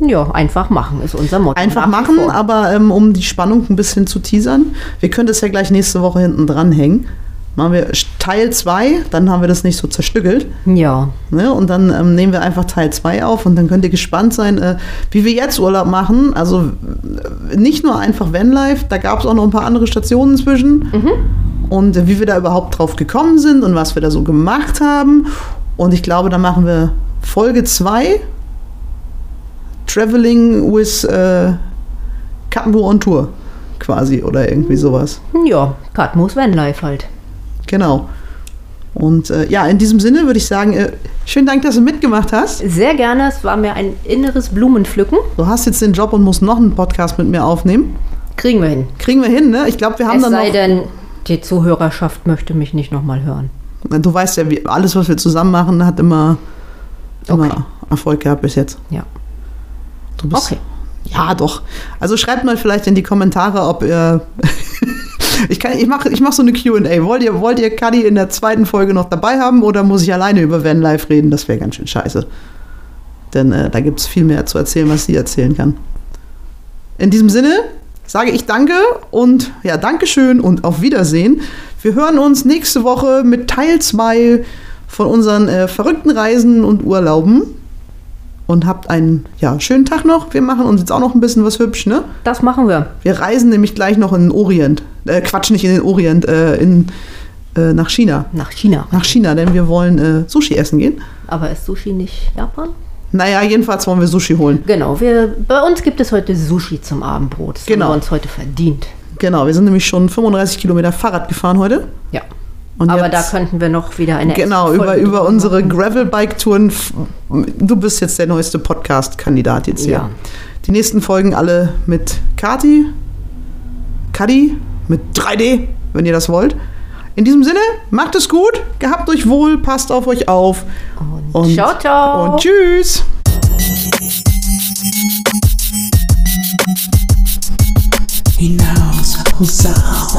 [SPEAKER 3] Ja, einfach machen ist unser Motto.
[SPEAKER 2] Einfach
[SPEAKER 3] nach wie
[SPEAKER 2] machen,
[SPEAKER 3] vor.
[SPEAKER 2] aber ähm, um die Spannung ein bisschen zu teasern. Wir können das ja gleich nächste Woche hinten dranhängen. Machen wir Teil 2, dann haben wir das nicht so zerstückelt.
[SPEAKER 3] Ja,
[SPEAKER 2] Ne? Und dann ähm, nehmen wir einfach Teil 2 auf und dann könnt ihr gespannt sein, äh, wie wir jetzt Urlaub machen. Also äh, nicht nur einfach Vanlife, da gab es auch noch ein paar andere Stationen zwischen. Und äh, wie wir da überhaupt drauf gekommen sind und was wir da so gemacht haben. Und ich glaube, da machen wir Folge 2. Traveling with äh, Kattenbo on Tour quasi oder irgendwie sowas.
[SPEAKER 3] ja, Katmos Vanlife halt.
[SPEAKER 2] Genau. Und äh, ja, in diesem Sinne würde ich sagen, äh, schönen Dank, dass du mitgemacht hast.
[SPEAKER 3] Sehr gerne, es war mir ein inneres Blumenpflücken.
[SPEAKER 2] Du hast jetzt den Job und musst noch einen Podcast mit mir aufnehmen.
[SPEAKER 3] Kriegen wir hin.
[SPEAKER 2] Kriegen wir hin, ne? Ich glaube, wir haben
[SPEAKER 3] Es
[SPEAKER 2] dann
[SPEAKER 3] sei
[SPEAKER 2] noch.
[SPEAKER 3] denn, die Zuhörerschaft möchte mich nicht nochmal hören.
[SPEAKER 2] Na, Du weißt ja, wie, alles, was wir zusammen machen, hat immer, immer
[SPEAKER 3] Okay.
[SPEAKER 2] Erfolg gehabt bis jetzt.
[SPEAKER 3] Ja.
[SPEAKER 2] Du bist,
[SPEAKER 3] Okay.
[SPEAKER 2] Ja, doch. Also schreibt mal vielleicht in die Kommentare, ob ihr. ich kann- ich mache ich mach so eine QA. Wollt ihr, wollt ihr Cuddy in der zweiten Folge noch dabei haben oder muss ich alleine über Van Life reden? Das wäre ganz schön scheiße. Denn äh, da gibt es viel mehr zu erzählen, was sie erzählen kann. In diesem Sinne sage ich Danke und ja, Dankeschön und auf Wiedersehen. Wir hören uns nächste Woche mit Teil 2 von unseren äh, verrückten Reisen und Urlauben. Und habt einen ja, schönen Tag noch. Wir machen uns jetzt auch noch ein bisschen was hübsch, ne?
[SPEAKER 3] Das machen wir.
[SPEAKER 2] Wir reisen nämlich gleich noch in den Orient. Äh, Quatsch, nicht in den Orient, äh, in, äh, nach China.
[SPEAKER 3] Nach China.
[SPEAKER 2] Nach China, denn wir wollen äh, Sushi essen gehen.
[SPEAKER 3] Aber ist Sushi nicht Japan?
[SPEAKER 2] Naja, jedenfalls wollen wir Sushi holen.
[SPEAKER 3] Genau, wir, bei uns gibt es heute Sushi zum Abendbrot. Das
[SPEAKER 2] Genau.
[SPEAKER 3] haben wir uns heute verdient.
[SPEAKER 2] Genau, wir sind nämlich schon 35 Kilometer Fahrrad gefahren heute.
[SPEAKER 3] Ja.
[SPEAKER 2] Und
[SPEAKER 3] Aber da
[SPEAKER 2] jetzt-
[SPEAKER 3] könnten wir noch wieder eine
[SPEAKER 2] Genau,
[SPEAKER 3] extra
[SPEAKER 2] über,
[SPEAKER 3] Folge
[SPEAKER 2] über
[SPEAKER 3] drüber
[SPEAKER 2] unsere Gravel-Bike-Touren. f- Du bist jetzt der neueste Podcast-Kandidat jetzt hier.
[SPEAKER 3] Ja.
[SPEAKER 2] Die nächsten Folgen alle mit Kati, Kadi, mit 3D, wenn ihr das wollt. In diesem Sinne, macht es gut, gehabt euch wohl, passt auf euch auf.
[SPEAKER 3] machen. Und ciao, ciao.
[SPEAKER 2] Und tschüss.
[SPEAKER 1] hinaus, raus,